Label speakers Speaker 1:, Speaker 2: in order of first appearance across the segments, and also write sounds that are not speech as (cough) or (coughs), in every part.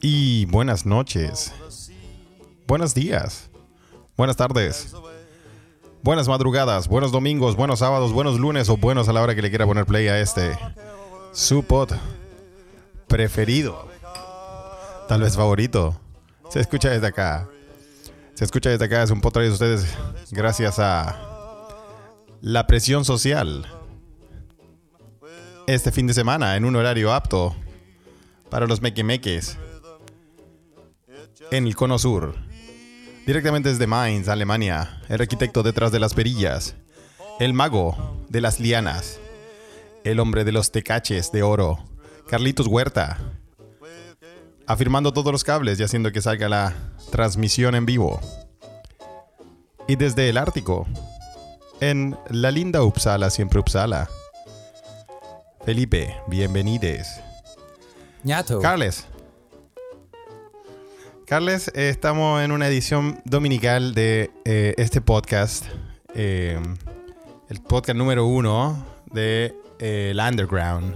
Speaker 1: Y buenas noches, buenos días, buenas tardes, buenas madrugadas, buenos domingos, buenos sábados, buenos lunes o buenos a la hora que le quiera poner play a este su pod preferido, tal vez favorito. Se escucha desde acá. Se escucha desde acá, es un pod traído a ustedes gracias a la presión social. Este fin de semana, en un horario apto para los mequemeques en el Cono Sur. Directamente desde Mainz, Alemania, el arquitecto detrás de las perillas, el mago de las lianas, el hombre de los tecaches de oro, Carlitos Huerta, afirmando todos los cables y haciendo que salga la transmisión en vivo. Y desde el Ártico, en la linda Uppsala, siempre Uppsala. Felipe, bienvenides.
Speaker 2: Ñato.
Speaker 1: Carles. Carles, eh, estamos en una edición dominical de eh, este podcast. eh, el podcast número uno de eh, el underground,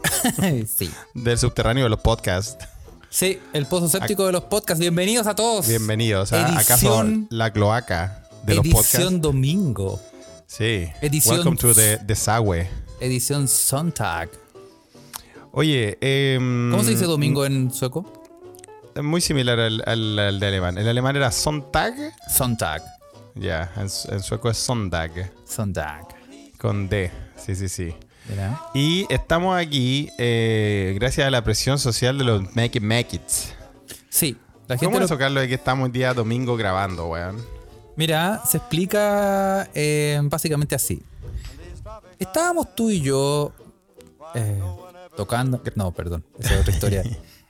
Speaker 2: (laughs) sí.
Speaker 1: del subterráneo de los podcasts.
Speaker 2: Sí, el pozo séptico de los podcasts. Bienvenidos a todos.
Speaker 1: Bienvenidos a acaso
Speaker 2: Edición-
Speaker 1: la cloaca de los
Speaker 2: Edición
Speaker 1: podcasts.
Speaker 2: domingo.
Speaker 1: Sí.
Speaker 2: edición-
Speaker 1: Welcome to the desagüe.
Speaker 2: Edición Sonntag.
Speaker 1: Oye, em,
Speaker 2: ¿Cómo se dice domingo en sueco?
Speaker 1: Muy similar al, al- al de alemán. El alemán era Sonntag.
Speaker 2: Sonntag.
Speaker 1: Ya, en, su- en sueco es Sondag.
Speaker 2: Sonntag.
Speaker 1: Con D. Sí, sí, sí.
Speaker 2: Mira.
Speaker 1: Y estamos aquí eh, gracias a la presión social de los Make It Make It.
Speaker 2: Sí. La gente
Speaker 1: ¿Cómo
Speaker 2: lo-
Speaker 1: eso, Carlos, de que estamos el día domingo grabando, weón?
Speaker 2: Mira, se explica eh, básicamente así. Estábamos tú y yo eh, tocando. No, perdón, esa es
Speaker 1: (laughs)
Speaker 2: otra historia.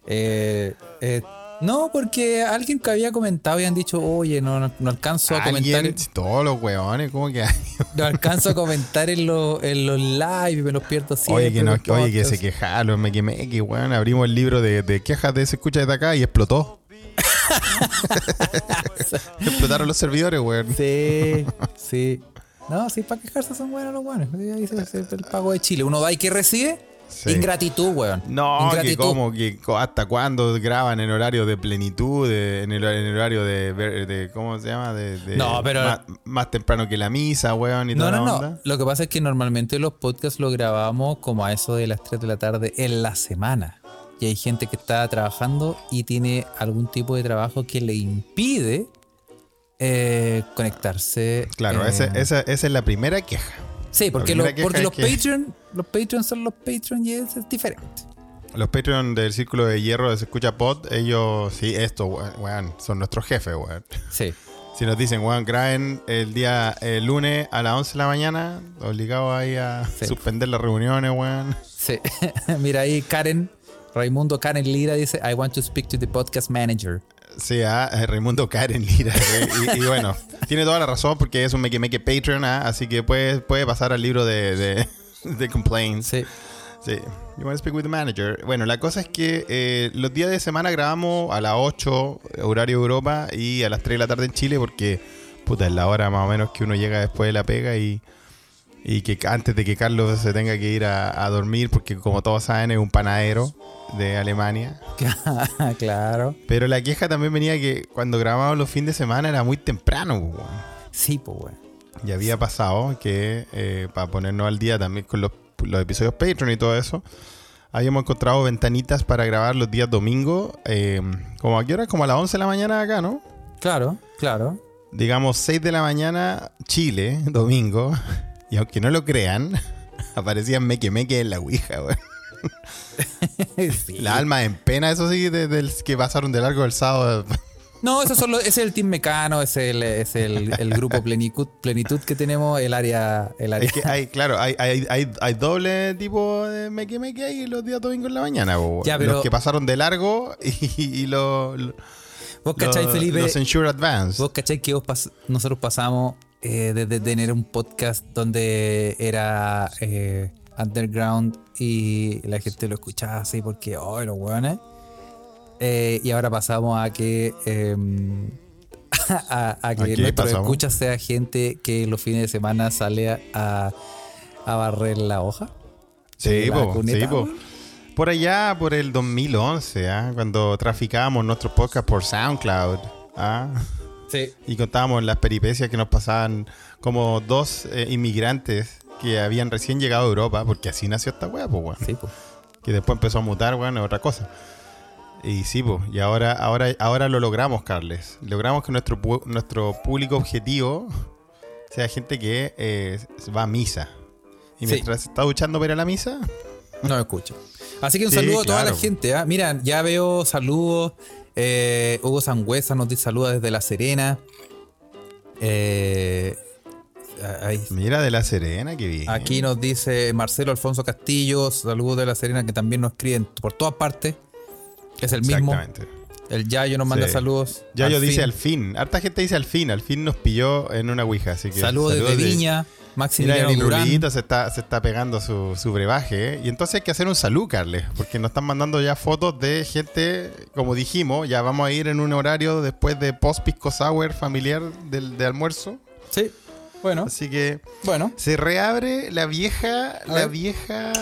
Speaker 2: Eh, eh, no, porque alguien que había comentado habían dicho, oye, no, no, no alcanzo a comentar.
Speaker 1: ¿Alguien? Todos los weones, ¿cómo que hay?
Speaker 2: No alcanzo a comentar en, los en los live, me los pierdo siempre.
Speaker 1: Oye, que, no,
Speaker 2: los
Speaker 1: oye, que se
Speaker 2: podcasts.
Speaker 1: quejaron, los Make It Make It, weón. Abrimos el libro de, de quejas de Se Escucha desde acá y
Speaker 2: (laughs)
Speaker 1: explotó. Explotaron los servidores, weón.
Speaker 2: Sí, sí. No, sí, para quejarse son buenos los buenos. Ahí se- se- el pago de Chile. Uno va y que recibe.
Speaker 1: Sí.
Speaker 2: Ingratitud, weón.
Speaker 1: No, que
Speaker 2: Ingratitud.
Speaker 1: como, que co- hasta cuándo graban en horario de plenitud, de- en, el, en el horario de, ver- de- ¿cómo se llama? De, de-
Speaker 2: No, pero-
Speaker 1: más, más temprano que la misa, weón, y
Speaker 2: No,
Speaker 1: toda
Speaker 2: no,
Speaker 1: la
Speaker 2: no.
Speaker 1: onda.
Speaker 2: Lo que pasa es que normalmente los podcasts los grabamos como a eso de las 3 de la tarde en la semana. Y hay gente que está trabajando y tiene algún tipo de trabajo que le impide eh, conectarse.
Speaker 1: Claro,
Speaker 2: eh,
Speaker 1: ese- esa, esa es la primera queja.
Speaker 2: Sí, porque,
Speaker 1: primera
Speaker 2: lo-
Speaker 1: queja
Speaker 2: porque
Speaker 1: es
Speaker 2: los
Speaker 1: que-
Speaker 2: Patreon, los Patreon son los Patreon y es, es diferente.
Speaker 1: Los Patreon del Círculo de Hierro de Se Escucha Pod, ellos, sí, esto, we- weón, son nuestros jefes, weón.
Speaker 2: Sí.
Speaker 1: Si nos dicen, weón, graben el día el lunes a las 11 de la mañana, obligados ahí a
Speaker 2: Sí.
Speaker 1: suspender las reuniones, weón.
Speaker 2: Sí. (laughs) Mira ahí Karen, Raimundo Karen Lira dice, I want to speak to the podcast manager.
Speaker 1: Sí, a Raimundo Karen Lira. güey. Y, y bueno, tiene toda la razón porque es un Make It Make It Patreon, ¿ah? así que puede, puede pasar al libro de, de, (laughs) de complaints.
Speaker 2: Sí.
Speaker 1: Sí. You want to speak with the manager. Bueno, la cosa es que eh, los días de semana grabamos a las 8, horario Europa, y a las 3 de la tarde en Chile, porque puta, es la hora más o menos que uno llega después de la pega y, y que antes de que Carlos se tenga que ir a, a dormir, porque como todos saben, es un panadero de Alemania.
Speaker 2: (laughs) claro.
Speaker 1: Pero la queja también venía que cuando grabábamos los fines de semana era muy temprano, pues, weón.
Speaker 2: Sí, pues, weón.
Speaker 1: Y había pasado que eh, para ponernos al día también con los, los episodios Patreon y todo eso, habíamos encontrado ventanitas para grabar los días domingo, eh, como a qué hora, como a las 11 de la mañana acá, ¿no?
Speaker 2: Claro, claro.
Speaker 1: Digamos 6 de la mañana Chile, (laughs) domingo, y aunque no lo crean, (laughs) aparecían meque meque en la Ouija, weón.
Speaker 2: (laughs) Sí.
Speaker 1: La alma en pena, eso sí, de- del que pasaron de largo el sábado.
Speaker 2: No, esos son los- ese es el Team Mecano, es el, es el,
Speaker 1: (laughs)
Speaker 2: el grupo plenitud, plenitud que tenemos, el área... El área.
Speaker 1: Es que hay, claro, hay, hay, hay, hay doble tipo de meque meque ahí los días domingos en la mañana, po.
Speaker 2: Ya, pero-
Speaker 1: Los que pasaron de largo y, y los, los,
Speaker 2: Vos cachai, Felipe,
Speaker 1: los Ensure Advance.
Speaker 2: vos cachai que vos pas- nosotros pasamos eh, desde tener un podcast donde era eh, underground y la gente lo escuchaba así porque, oh, los hueones. Eh, y ahora pasamos a que eh, (laughs) a, a que
Speaker 1: Aquí
Speaker 2: nuestro
Speaker 1: pasamos.
Speaker 2: escucha sea gente que los fines de semana sale a, a- a barrer la hoja. de
Speaker 1: Sí,
Speaker 2: la
Speaker 1: po,
Speaker 2: cuneta,
Speaker 1: sí, po.
Speaker 2: weón.
Speaker 1: Por allá, por el 2011, ah, cuando traficábamos nuestro podcast por SoundCloud. ah,
Speaker 2: Sí.
Speaker 1: Y contábamos las peripecias que nos pasaban como dos eh, inmigrantes que habían recién llegado a Europa, porque así nació esta wea, pues, weón.
Speaker 2: Sí, pues.
Speaker 1: Que después empezó a mutar, weón, a otra cosa. Y sí, pues, y ahora, ahora, ahora lo logramos, Carles. Logramos que nuestro, pu- nuestro público objetivo sea gente que eh, va a misa. Y
Speaker 2: Sí.
Speaker 1: mientras está duchando para ir a la misa,
Speaker 2: No me escucho. Así que un
Speaker 1: Sí,
Speaker 2: saludo a toda
Speaker 1: claro.
Speaker 2: la gente. ¿ah? Mira, ya veo saludos. Eh, Hugo Sangüesa nos dice saludos desde La Serena. Eh, ahí-
Speaker 1: mira de la Serena que bien.
Speaker 2: aquí nos dice Marcelo Alfonso Castillo, saludos de La Serena, que también nos escriben por todas partes. Es el mismo.
Speaker 1: Exactamente.
Speaker 2: El Yayo nos manda
Speaker 1: Sí.
Speaker 2: saludos.
Speaker 1: Ya yo dice
Speaker 2: fin.
Speaker 1: al fin. Harta gente dice al fin. Al fin nos pilló en una ouija. Así que
Speaker 2: Saludos desde Viña.
Speaker 1: Mira,
Speaker 2: Maximiliano
Speaker 1: el
Speaker 2: Durán.
Speaker 1: Rulito se está, se está pegando su, su brebaje. ¿eh? Y entonces hay que hacer un salud, Carles. Porque nos están mandando ya fotos de gente, como dijimos, ya vamos a ir en un horario después de post-pisco sour familiar del, de almuerzo.
Speaker 2: Sí. Bueno,
Speaker 1: Así que
Speaker 2: bueno.
Speaker 1: se reabre la vieja, la
Speaker 2: ver.
Speaker 1: vieja,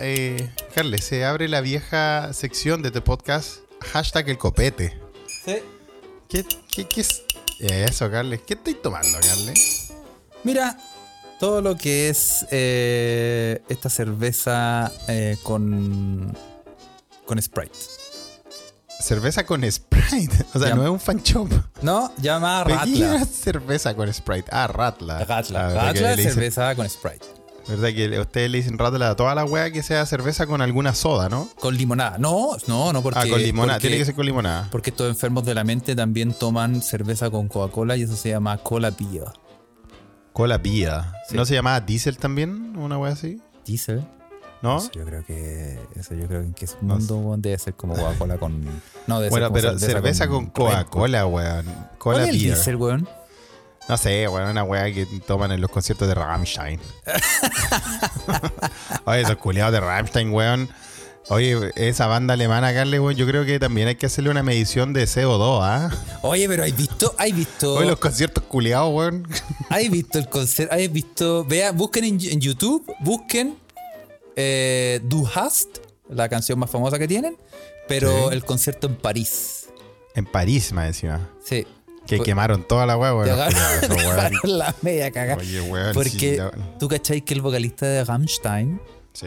Speaker 1: eh, Carles, se abre la vieja sección de este podcast, hashtag el copete.
Speaker 2: Sí.
Speaker 1: ¿Qué, qué, qué es eso, Carles? ¿Qué estoy tomando, Carles?
Speaker 2: Mira, todo lo que es eh, esta cerveza eh, con, con Sprite.
Speaker 1: Cerveza con Sprite. (laughs) O sea,
Speaker 2: Ya.
Speaker 1: no es un fan shop.
Speaker 2: ¿No? Llamada
Speaker 1: Aquí era
Speaker 2: Ratla.
Speaker 1: cerveza con Sprite. Ah, Ratla.
Speaker 2: Ratla.
Speaker 1: Ah, ¿verdad que le
Speaker 2: Ratla es
Speaker 1: dicen-
Speaker 2: cerveza con Sprite.
Speaker 1: ¿Verdad que ustedes le dicen Ratla a toda la wea que sea cerveza con alguna soda, no?
Speaker 2: Con limonada. No, no, no, porque.
Speaker 1: ah, con limonada.
Speaker 2: porque-
Speaker 1: Tiene que ser con limonada.
Speaker 2: Porque estos enfermos de la mente también toman cerveza con Coca-Cola y eso se llama cola pía.
Speaker 1: Cola pía.
Speaker 2: Sí.
Speaker 1: ¿No se llamaba Diesel también? ¿Una wea así?
Speaker 2: Diesel.
Speaker 1: ¿No?
Speaker 2: Eso yo creo que. Eso yo creo que en qué
Speaker 1: ¿Ah? No
Speaker 2: mundo weón, debe ser como Coca-Cola con. No, debe ser
Speaker 1: Bueno,
Speaker 2: como
Speaker 1: pero cerveza con, Coca-Cola, weón.
Speaker 2: ¿Cuál
Speaker 1: Cola
Speaker 2: es el
Speaker 1: beer.
Speaker 2: diesel, weón?
Speaker 1: No sé, weón, una weá que toman en los conciertos de
Speaker 2: (laughs)
Speaker 1: Rammstein. Oye, esos culiados de Rammstein, weón. Oye, esa banda alemana, Carles, weón, yo creo que también hay que hacerle una medición de CO2, ¿ah?
Speaker 2: Oye, pero ¿has visto? ¿Has visto?
Speaker 1: Oye, los conciertos culiados, weón. (laughs)
Speaker 2: ¿Has visto el concierto? ¿Has visto? Vea, busquen en, en YouTube, busquen eh, Du Hast, la canción más famosa que tienen, pero
Speaker 1: Sí.
Speaker 2: el concierto en París.
Speaker 1: En París, más encima.
Speaker 2: Sí. (laughs)
Speaker 1: Que
Speaker 2: Fue-
Speaker 1: quemaron toda la weá, weón.
Speaker 2: te
Speaker 1: los
Speaker 2: agarraron-
Speaker 1: culiados,
Speaker 2: te
Speaker 1: esos, weón.
Speaker 2: agarraron la media cagada.
Speaker 1: Oye, weón. sí,
Speaker 2: Porque
Speaker 1: la-
Speaker 2: tú cacháis que el vocalista de Rammstein
Speaker 1: Sí.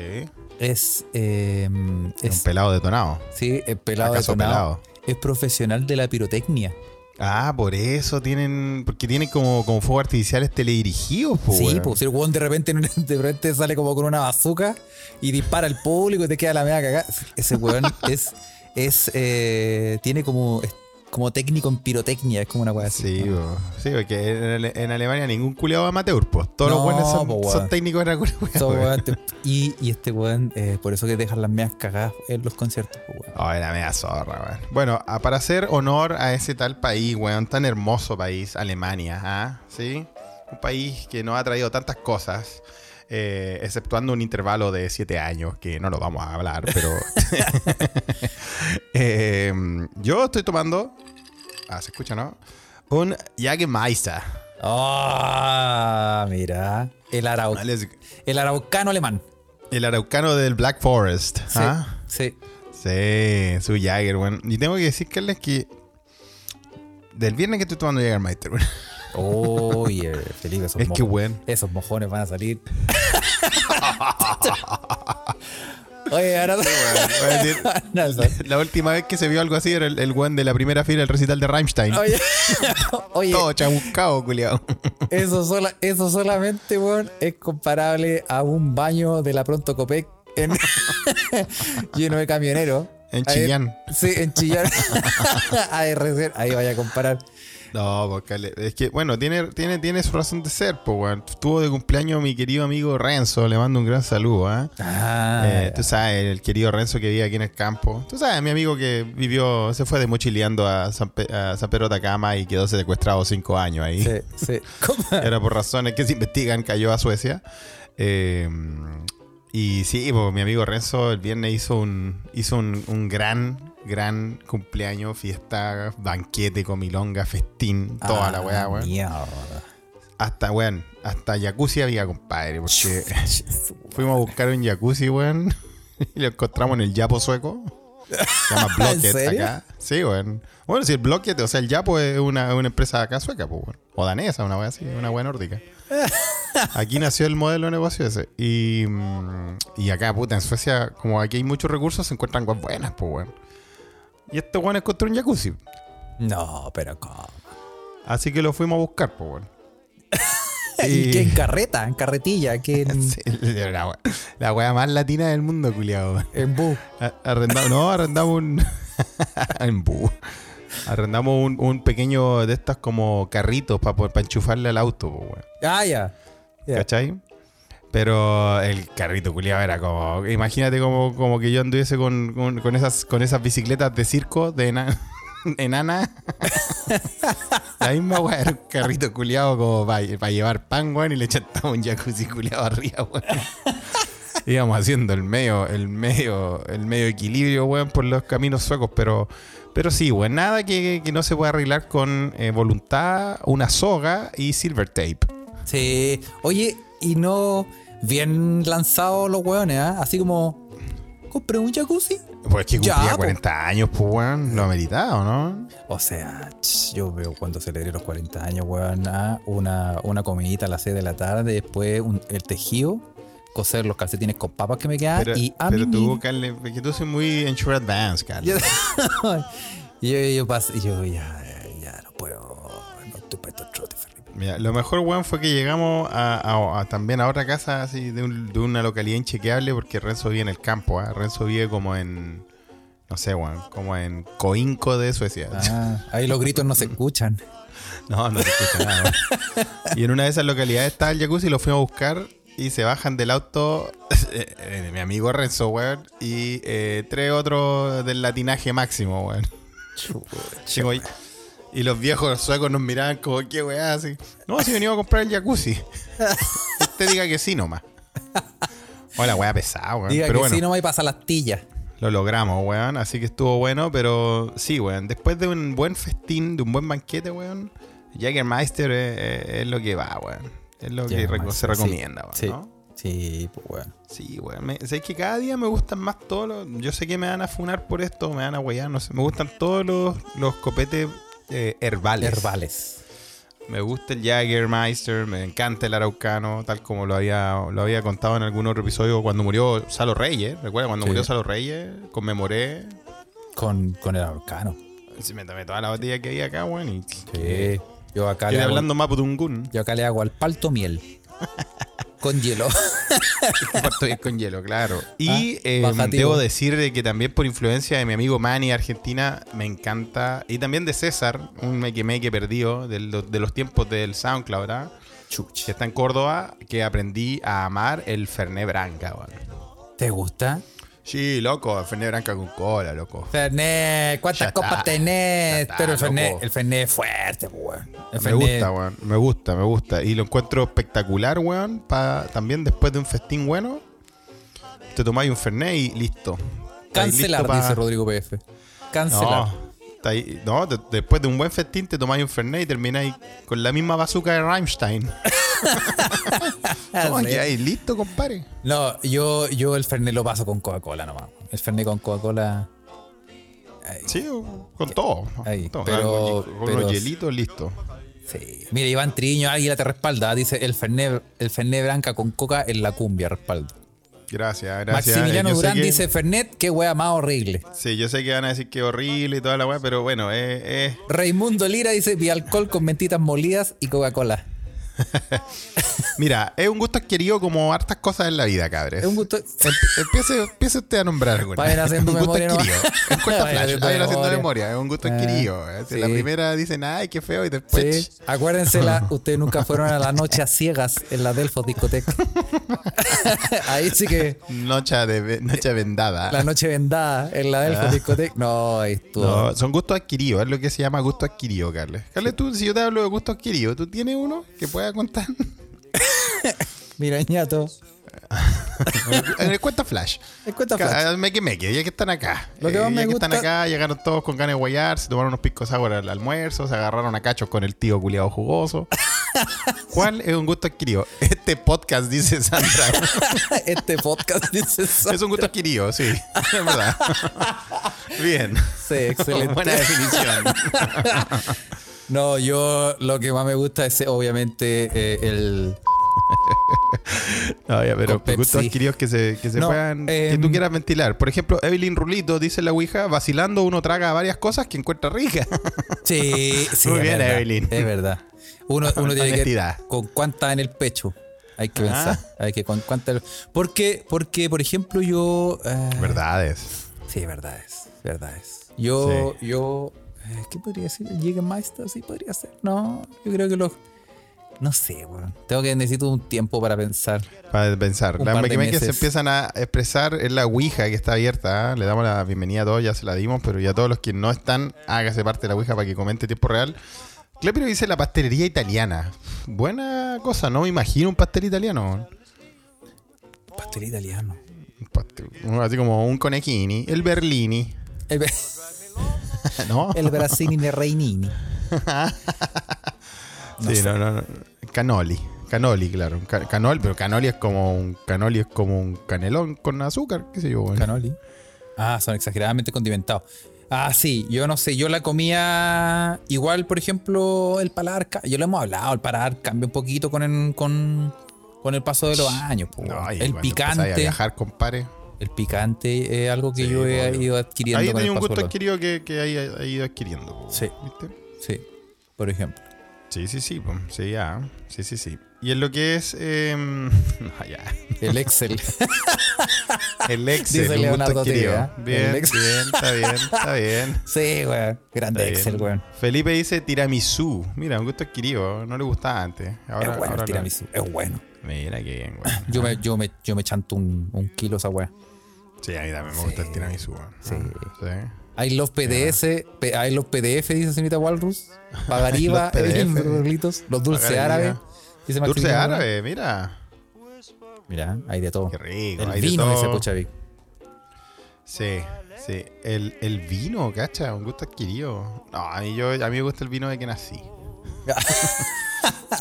Speaker 2: es, eh,
Speaker 1: Un
Speaker 2: es
Speaker 1: pelado detonado.
Speaker 2: sí, es pelado,
Speaker 1: ¿Acaso
Speaker 2: detonado,
Speaker 1: pelado?
Speaker 2: es profesional de la pirotecnia.
Speaker 1: Ah, por eso tienen. Porque tienen como, como fuegos artificiales teledirigidos, po,
Speaker 2: Sí,
Speaker 1: weón.
Speaker 2: pues si el weón de repente, (laughs) de repente sale como con una bazooka y dispara al público y te queda la media cagada. Ese
Speaker 1: (laughs)
Speaker 2: weón es, es eh, tiene como, es como técnico en pirotecnia, es como una weá así.
Speaker 1: Sí,
Speaker 2: ¿no?
Speaker 1: bo. sí, porque en, Ale- en Alemania ningún culiado amateur, pues. Todos los
Speaker 2: No,
Speaker 1: buenos son,
Speaker 2: po, weón.
Speaker 1: son técnicos de la cura, weón.
Speaker 2: Esa
Speaker 1: (laughs)
Speaker 2: weá te- y, y este weón, eh, por eso que dejan las medias cagadas en los conciertos, pues, weón.
Speaker 1: Ay, la Oh, media zorra, weón. Bueno, a- para hacer honor a ese tal país, weón, tan hermoso país, Alemania, ¿ah? ¿Sí? Un país que nos ha traído tantas cosas, eh, exceptuando un intervalo de siete años, que no lo vamos a hablar, pero. (laughs) Eh, yo estoy tomando. Ah, se escucha, ¿no? Un Jagermeister.
Speaker 2: Ah, mira. El, arau-
Speaker 1: Les-
Speaker 2: el araucano alemán.
Speaker 1: El araucano del Black Forest.
Speaker 2: Sí,
Speaker 1: ¿ah?
Speaker 2: sí.
Speaker 1: Sí, su Jagger, weón. Y tengo que decir, Carles, que del viernes que estoy tomando Jaggermeister, weón.
Speaker 2: Oye, Felipe, esos,
Speaker 1: Es que,
Speaker 2: mo-
Speaker 1: weón.
Speaker 2: esos mojones van
Speaker 1: (laughs)
Speaker 2: a salir. Oye, ahora...
Speaker 1: Voy a decir,
Speaker 2: (laughs)
Speaker 1: La última vez que se vio algo así era el, el weón de la primera fila del recital de Rammstein. (laughs)
Speaker 2: Oye, oye,
Speaker 1: Todo chamuscado, culiado.
Speaker 2: eso, sola- eso solamente, weón, es comparable a un baño de la Pronto Copec en- (laughs) lleno de camioneros.
Speaker 1: En
Speaker 2: Ahí-
Speaker 1: Chillán.
Speaker 2: Sí,
Speaker 1: (laughs)
Speaker 2: en Chillán. ARC, ahí vaya a comparar.
Speaker 1: No, pues, Carles, es que, bueno, tiene, tiene, tiene su razón de ser, pues, weón. Estuvo de cumpleaños mi querido amigo Renzo. Le mando un gran saludo, ¿ah?
Speaker 2: Ah,
Speaker 1: Eh, tú sabes, el querido Renzo que vive aquí en el campo. Tú sabes, mi amigo que vivió, se fue de mochileando a San, Pe- a San Pedro de Atacama y quedó secuestrado cinco años ahí.
Speaker 2: sí, sí. ¿Cómo?
Speaker 1: (laughs) Era por razones que se investigan, cayó a Suecia. Eh, y sí, pues, mi amigo Renzo el viernes hizo un, hizo un, un gran, gran cumpleaños, fiesta, banquete, comilonga, festín, toda
Speaker 2: Ah,
Speaker 1: la weá, weón.
Speaker 2: Mierda.
Speaker 1: Hasta, weón, hasta jacuzzi había, compadre, porque fuimos a buscar un jacuzzi, weón, (laughs) y lo encontramos en el Yapo sueco. Se llama
Speaker 2: (laughs) ¿En
Speaker 1: Blocket
Speaker 2: serio?
Speaker 1: acá. Sí, weón. Bueno, si el Blocket, o sea, el Yapo es una, una empresa acá sueca, pues, weón. O danesa, una weá así, una weá
Speaker 2: (laughs)
Speaker 1: nórdica. Aquí nació el modelo de negocio ese. Y, mm, y acá, puta, en Suecia, como aquí hay muchos recursos, se encuentran weas buenas, pues, weón. Y este weón encontró un jacuzzi.
Speaker 2: No, pero ¿cómo?
Speaker 1: Así que lo fuimos a buscar, pues, weón.
Speaker 2: ¿Y
Speaker 1: (laughs)
Speaker 2: qué en carreta? ¿En carretilla? ¿Qué en,
Speaker 1: Sí, (laughs) la, wea- la wea más latina del mundo, culiado, weón.
Speaker 2: en bus?
Speaker 1: A- Arrendamos, no, arrendamos un. en bu. Arrendamos un, un pequeño de estas como carritos para enchufarle al auto, po, weón.
Speaker 2: Ah, ya. Ya.
Speaker 1: ¿Cachai? Pero el carrito culiado era como. Imagínate como, como que yo anduviese con, con- con esas, con esas bicicletas de circo de ena- (laughs) enana. (laughs) La misma weá, era un carrito culiado como para llevar pan, weón, y le echaba un jacuzzi culiado arriba, weón. Íbamos haciendo el medio, el medio, el medio equilibrio, weón, por los caminos suecos, pero. Pero sí, weón, nada que, que no se pueda arreglar con eh, voluntad, una soga y silver tape.
Speaker 2: Sí. Oye, y no. Bien lanzados los hueones, ¿ah? Así como. ¿Compré un jacuzzi?
Speaker 1: Pues que
Speaker 2: Ya,
Speaker 1: cumplía
Speaker 2: po.
Speaker 1: 40 años, pues, weón. Lo ameritado, ¿no?
Speaker 2: O sea, ch, yo veo cuando celebré los 40 años, weón, ah, una, una comidita a las 6 de la tarde, después un- el tejido, coser los calcetines con papas que me quedaban
Speaker 1: Pero,
Speaker 2: y a
Speaker 1: pero
Speaker 2: mí
Speaker 1: tú,
Speaker 2: mismo-
Speaker 1: Carle, que tú soy muy ensure advance, Carle.
Speaker 2: Yo, (laughs) yo, yo paso- yo ya, ya no puedo, no estoy para estos trotes, Felipe.
Speaker 1: Mira, lo mejor, weón, fue que llegamos a, a- a- también a otra casa así de, un- de una localidad inchequeable porque Renzo vive en el campo, ¿ah? Renzo vive como en, no sé, weón, como en Coinco de Suecia.
Speaker 2: Ah, ahí los gritos no se escuchan.
Speaker 1: No, no se escucha nada. weón. Y en una de esas localidades estaba el jacuzzi, lo fuimos a buscar y se bajan del auto (laughs) eh, eh, mi amigo Renzo, weón, y eh, tres otros del latinaje máximo, weón. Sí, como- y los viejos suecos nos miraban como, qué weá, así. No, si venimos a comprar el
Speaker 2: (laughs)
Speaker 1: jacuzzi. Usted diga que sí nomás. Hola, weá pesada, weón.
Speaker 2: Diga
Speaker 1: pero
Speaker 2: que
Speaker 1: bueno,
Speaker 2: si no me pasa las tillas.
Speaker 1: lo logramos, weón. Así que estuvo bueno, pero sí, weón. Después de un buen festín, de un buen banquete, weón, Jägermeister es, es- es lo que va, weón. Es lo que reco- se
Speaker 2: Jägermeister, sí,
Speaker 1: recomienda, weón.
Speaker 2: sí,
Speaker 1: ¿no?
Speaker 2: Sí, pues bueno.
Speaker 1: Sí, weón. Me- sé que cada día me gustan más todos los. Yo sé que me van a funar por esto, me van a wear, no sé. Me gustan todos los, los copetes eh, herbales.
Speaker 2: Herbales.
Speaker 1: Me gusta el Jägermeister, me encanta el Araucano, tal como lo había, lo había contado en algún otro episodio cuando murió Salo Reyes. Recuerda, cuando
Speaker 2: Sí.
Speaker 1: murió Salo Reyes, conmemoré.
Speaker 2: Con, con el arcano.
Speaker 1: sí, me tomé toda la botella que había acá, weón. Y
Speaker 2: Sí. Yo acá
Speaker 1: Yo
Speaker 2: le hago-
Speaker 1: hablando Mapudungun.
Speaker 2: Yo acá le hago al
Speaker 1: (laughs)
Speaker 2: palto miel. Con hielo.
Speaker 1: Parto bien con hielo, claro. (laughs) Y
Speaker 2: Ah,
Speaker 1: eh,
Speaker 2: bajativo.
Speaker 1: debo decir de que también por influencia de mi amigo Manny Argentina, me encanta. Y también de César, un meque meque perdido de los, de los tiempos del SoundCloud, ¿verdad? Que
Speaker 2: Chucha.
Speaker 1: está en Córdoba, que aprendí a amar el Ferné Branca, weón.
Speaker 2: ¿Te gusta?
Speaker 1: Sí, loco, Ferné Branca con cola, loco.
Speaker 2: Fernet,
Speaker 1: Ya
Speaker 2: ¿cuántas
Speaker 1: está,
Speaker 2: copas tenés?
Speaker 1: ya está,
Speaker 2: Pero el Fernet,
Speaker 1: loco.
Speaker 2: el Fernet es fuerte, pues, weón. El
Speaker 1: Me
Speaker 2: Fernet-
Speaker 1: gusta, weón. Me gusta, me gusta. Y lo encuentro espectacular, weón. pa- también después de un festín bueno, te tomáis un Fernet y listo. Estáis
Speaker 2: Cancelar,
Speaker 1: listo pa-
Speaker 2: dice Rodrigo PF. Cancelar.
Speaker 1: No, estáis- no, de- después de un buen festín te tomáis un Fernet y termináis con la misma bazooka de Rammstein. No,
Speaker 2: (laughs) Ah, sí.
Speaker 1: ya, y listo, compadre.
Speaker 2: No, yo, yo el Fernet lo paso con Coca-Cola nomás. El Fernet con Coca-Cola. Ay,
Speaker 1: Sí, con todo. con
Speaker 2: Ahí,
Speaker 1: todo.
Speaker 2: pero-
Speaker 1: con
Speaker 2: pero-
Speaker 1: los hielitos, listo.
Speaker 2: sí. Mira, Iván Triño, Águila te respalda. ah, Dice el Fernet, el Fernet Branca con Coca en la cumbia, respaldo.
Speaker 1: Gracias, gracias.
Speaker 2: Maximiliano
Speaker 1: Yo sé
Speaker 2: Durán
Speaker 1: que-
Speaker 2: dice Fernet, qué wea más horrible.
Speaker 1: Sí, yo sé que van a decir que horrible y toda la weá, pero bueno, es. es-
Speaker 2: Raimundo Lira dice bialcohol con mentitas molidas y Coca-Cola.
Speaker 1: Mira, es un gusto adquirido como hartas cosas en la vida, cabres.
Speaker 2: Es
Speaker 1: (laughs)
Speaker 2: un gusto.
Speaker 1: Em- Empiece, empiece usted a nombrar alguna.
Speaker 2: Vayan haciendo
Speaker 1: un gusto
Speaker 2: memoria, ¿no?
Speaker 1: adquirido. Un cuento
Speaker 2: Vayan
Speaker 1: flash.
Speaker 2: haciendo
Speaker 1: Vayan haciendo
Speaker 2: memoria.
Speaker 1: memoria. Es un gusto
Speaker 2: Ah,
Speaker 1: adquirido. eh. Si La
Speaker 2: sí.
Speaker 1: primera dicen, ay, qué feo, y después.
Speaker 2: Sí, acuérdense, la- ustedes nunca fueron a la noche a ciegas en la Delfos discoteca. (laughs) Ahí sí que
Speaker 1: Noche, de, ve- noche vendada.
Speaker 2: la noche vendada en la Delfos discoteca. No, ahí estuvo.
Speaker 1: Ah. No, son gustos adquiridos. Es lo que se llama gusto adquirido, Carles. Carles, tú, si yo te
Speaker 2: (laughs)
Speaker 1: hablo de gusto adquirido, ¿tú tienes uno que pueda contar?
Speaker 2: Mira, ñato.
Speaker 1: en el cuenta Flash.
Speaker 2: En cuenta
Speaker 1: Ca-
Speaker 2: flash.
Speaker 1: ah, Meque meque, ya que están acá. Eh,
Speaker 2: Lo que
Speaker 1: ya
Speaker 2: más me
Speaker 1: que están
Speaker 2: gusta-
Speaker 1: acá, llegaron todos con ganas de guayar, se tomaron unos picos agua al almuerzo, se agarraron a cachos con el tío culiado jugoso. (laughs) ¿Cuál es un gusto adquirido? Este podcast, dice (laughs) Sandra.
Speaker 2: Este podcast dice eso.
Speaker 1: es un gusto adquirido, (laughs) sí. Es verdad. Bien.
Speaker 2: Sí, excelente.
Speaker 1: Buena definición.
Speaker 2: No, yo lo que más me gusta es eh, obviamente eh, el.
Speaker 1: No, ya, pero
Speaker 2: Con Pepsi.
Speaker 1: gustos adquiridos que se, que se
Speaker 2: No,
Speaker 1: puedan. que
Speaker 2: em,
Speaker 1: tú quieras ventilar. Por ejemplo, Evelyn Rulito dice en la Ouija: vacilando uno traga varias cosas que encuentra ricas.
Speaker 2: Sí, sí.
Speaker 1: Muy
Speaker 2: es
Speaker 1: bien,
Speaker 2: verdad,
Speaker 1: Evelyn.
Speaker 2: Es verdad. Uno, uno tiene
Speaker 1: Honestidad.
Speaker 2: que. Con cuánta en el pecho. Hay que
Speaker 1: Ah.
Speaker 2: pensar. Hay que con cuánta. Porque, porque, por ejemplo, yo. eh,
Speaker 1: Verdades.
Speaker 2: Sí, verdades. Verdades. Yo, yo. eh, ¿Qué podría decir? ¿El Jägermeister? Sí, podría ser. No, yo creo que los. No sé, weón. Tengo que necesito un tiempo para pensar.
Speaker 1: Para pensar.
Speaker 2: Un
Speaker 1: Las
Speaker 2: par de
Speaker 1: mequimeques se
Speaker 2: meses.
Speaker 1: empiezan a expresar en la Ouija que está abierta. ¿ah? Le damos la bienvenida a todos, ya se la dimos, pero ya todos los que no están, hágase parte de la Ouija para que comente en tiempo real. Clepiro dice la pastelería italiana. Buena cosa, no me imagino un pastel italiano.
Speaker 2: Pastel italiano.
Speaker 1: Un pastel- Así como un conechini, el berlini, (laughs)
Speaker 2: El,
Speaker 1: ¿no?
Speaker 2: el Brasini de Reinini.
Speaker 1: sí, no, no, no. Canoli. Canoli, claro. Ca- canol, pero canoli es como un canoli es como un canelón con azúcar, qué sé yo. bueno.
Speaker 2: Canoli. Ah, son exageradamente condimentados. Ah, sí, yo no sé, yo la comía igual, por ejemplo, el paladar, ca- yo lo hemos hablado, el paladar cambia un poquito con el, con, con el paso de los años. po.
Speaker 1: No, y
Speaker 2: el
Speaker 1: cuando empezáis a
Speaker 2: picante,
Speaker 1: viajar, compadre.
Speaker 2: el picante es algo que
Speaker 1: Sí,
Speaker 2: yo he
Speaker 1: obvio.
Speaker 2: ido adquiriendo
Speaker 1: Ahí
Speaker 2: con
Speaker 1: tenía un
Speaker 2: el paso
Speaker 1: gusto
Speaker 2: de los
Speaker 1: adquirido que, que ahí ha ha ido adquiriendo. po,
Speaker 2: Sí.
Speaker 1: ¿viste?
Speaker 2: Sí, por ejemplo.
Speaker 1: Sí, sí, sí. po. Sí, ya. Sí, sí, sí. Y en lo que es. em, (laughs) no, ya. (laughs)
Speaker 2: El Excel.
Speaker 1: El
Speaker 2: (laughs)
Speaker 1: Excel.
Speaker 2: Dice
Speaker 1: un gusto
Speaker 2: Leonardo
Speaker 1: adquirido.
Speaker 2: Tevea, ¿eh?
Speaker 1: Bien,
Speaker 2: El
Speaker 1: bien,
Speaker 2: Excel.
Speaker 1: está bien,
Speaker 2: (laughs)
Speaker 1: está bien.
Speaker 2: sí, weón. Grande
Speaker 1: Está bien.
Speaker 2: Excel, weón.
Speaker 1: Felipe dice tiramisú. Mira, un gusto adquirido. No le gustaba antes. Ahora,
Speaker 2: Es bueno
Speaker 1: ahora
Speaker 2: el
Speaker 1: lo-
Speaker 2: tiramisú, es bueno.
Speaker 1: Mira qué bien, güey.
Speaker 2: Yo me, yo me, yo me chanto un, un kilo esa weá.
Speaker 1: Sí, a mí también me gusta el tiramisú. güey.
Speaker 2: Sí.
Speaker 1: Sí.
Speaker 2: Hay los PDS, pe- hay los PDF, dice
Speaker 1: (laughs)
Speaker 2: señorita Walrus. Pagariba,
Speaker 1: Los
Speaker 2: Evelyn
Speaker 1: PDF.
Speaker 2: Rulitos, (laughs) los dulce
Speaker 1: Pagariba.
Speaker 2: árabe. Dice
Speaker 1: Dulce
Speaker 2: Maximiliano.
Speaker 1: árabe, mira.
Speaker 2: Mira, hay de todo.
Speaker 1: Qué rico.
Speaker 2: El
Speaker 1: hay de
Speaker 2: vino,
Speaker 1: todo.
Speaker 2: dice Puchavic.
Speaker 1: Sí, sí. El, el vino, cacha, un gusto adquirido. No, a mí, yo, a mí me gusta el vino de que nací.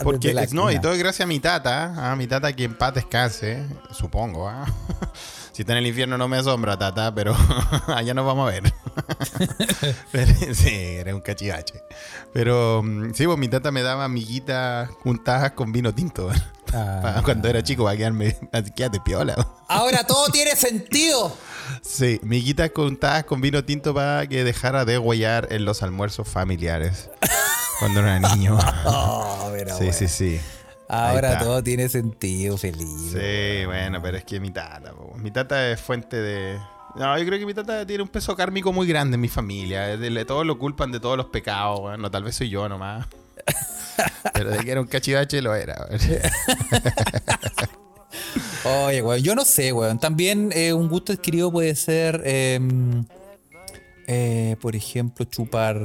Speaker 1: Porque,
Speaker 2: Ah, Desde la
Speaker 1: no, y
Speaker 2: cuna.
Speaker 1: todo es gracias a mi tata, a mi tata que en paz descanse, supongo. ¿ah? (laughs) Si está en el infierno no me asombra, tata, pero (laughs) allá nos vamos a
Speaker 2: (laughs)
Speaker 1: ver. Pero, sí, era un cachivache. Pero mm, sí, pues mi tata me daba amiguitas juntadas con vino tinto.
Speaker 2: Ah.
Speaker 1: Para Cuando era chico, para quedarme, así quédate piola.
Speaker 2: Ahora todo tiene
Speaker 1: (laughs)
Speaker 2: sentido.
Speaker 1: Sí, miguitas contadas con vino tinto para que dejara de huellar en los almuerzos familiares cuando era niño.
Speaker 2: Oh, pero
Speaker 1: Sí,
Speaker 2: bueno.
Speaker 1: sí, sí. Ahí
Speaker 2: Ahora
Speaker 1: está.
Speaker 2: todo tiene sentido, Felipe.
Speaker 1: Sí, bueno, pero es que mi tata, po. mi tata es fuente de... No, yo creo que mi tata tiene un peso kármico muy grande en mi familia. De- Le, todos lo culpan de todos los pecados, bueno, tal vez soy yo nomás. Pero de que era un cachivache lo era. weón.
Speaker 2: Oye, weón, yo no sé, weón. También eh, un gusto adquirido puede ser, eh, eh, por ejemplo, chupar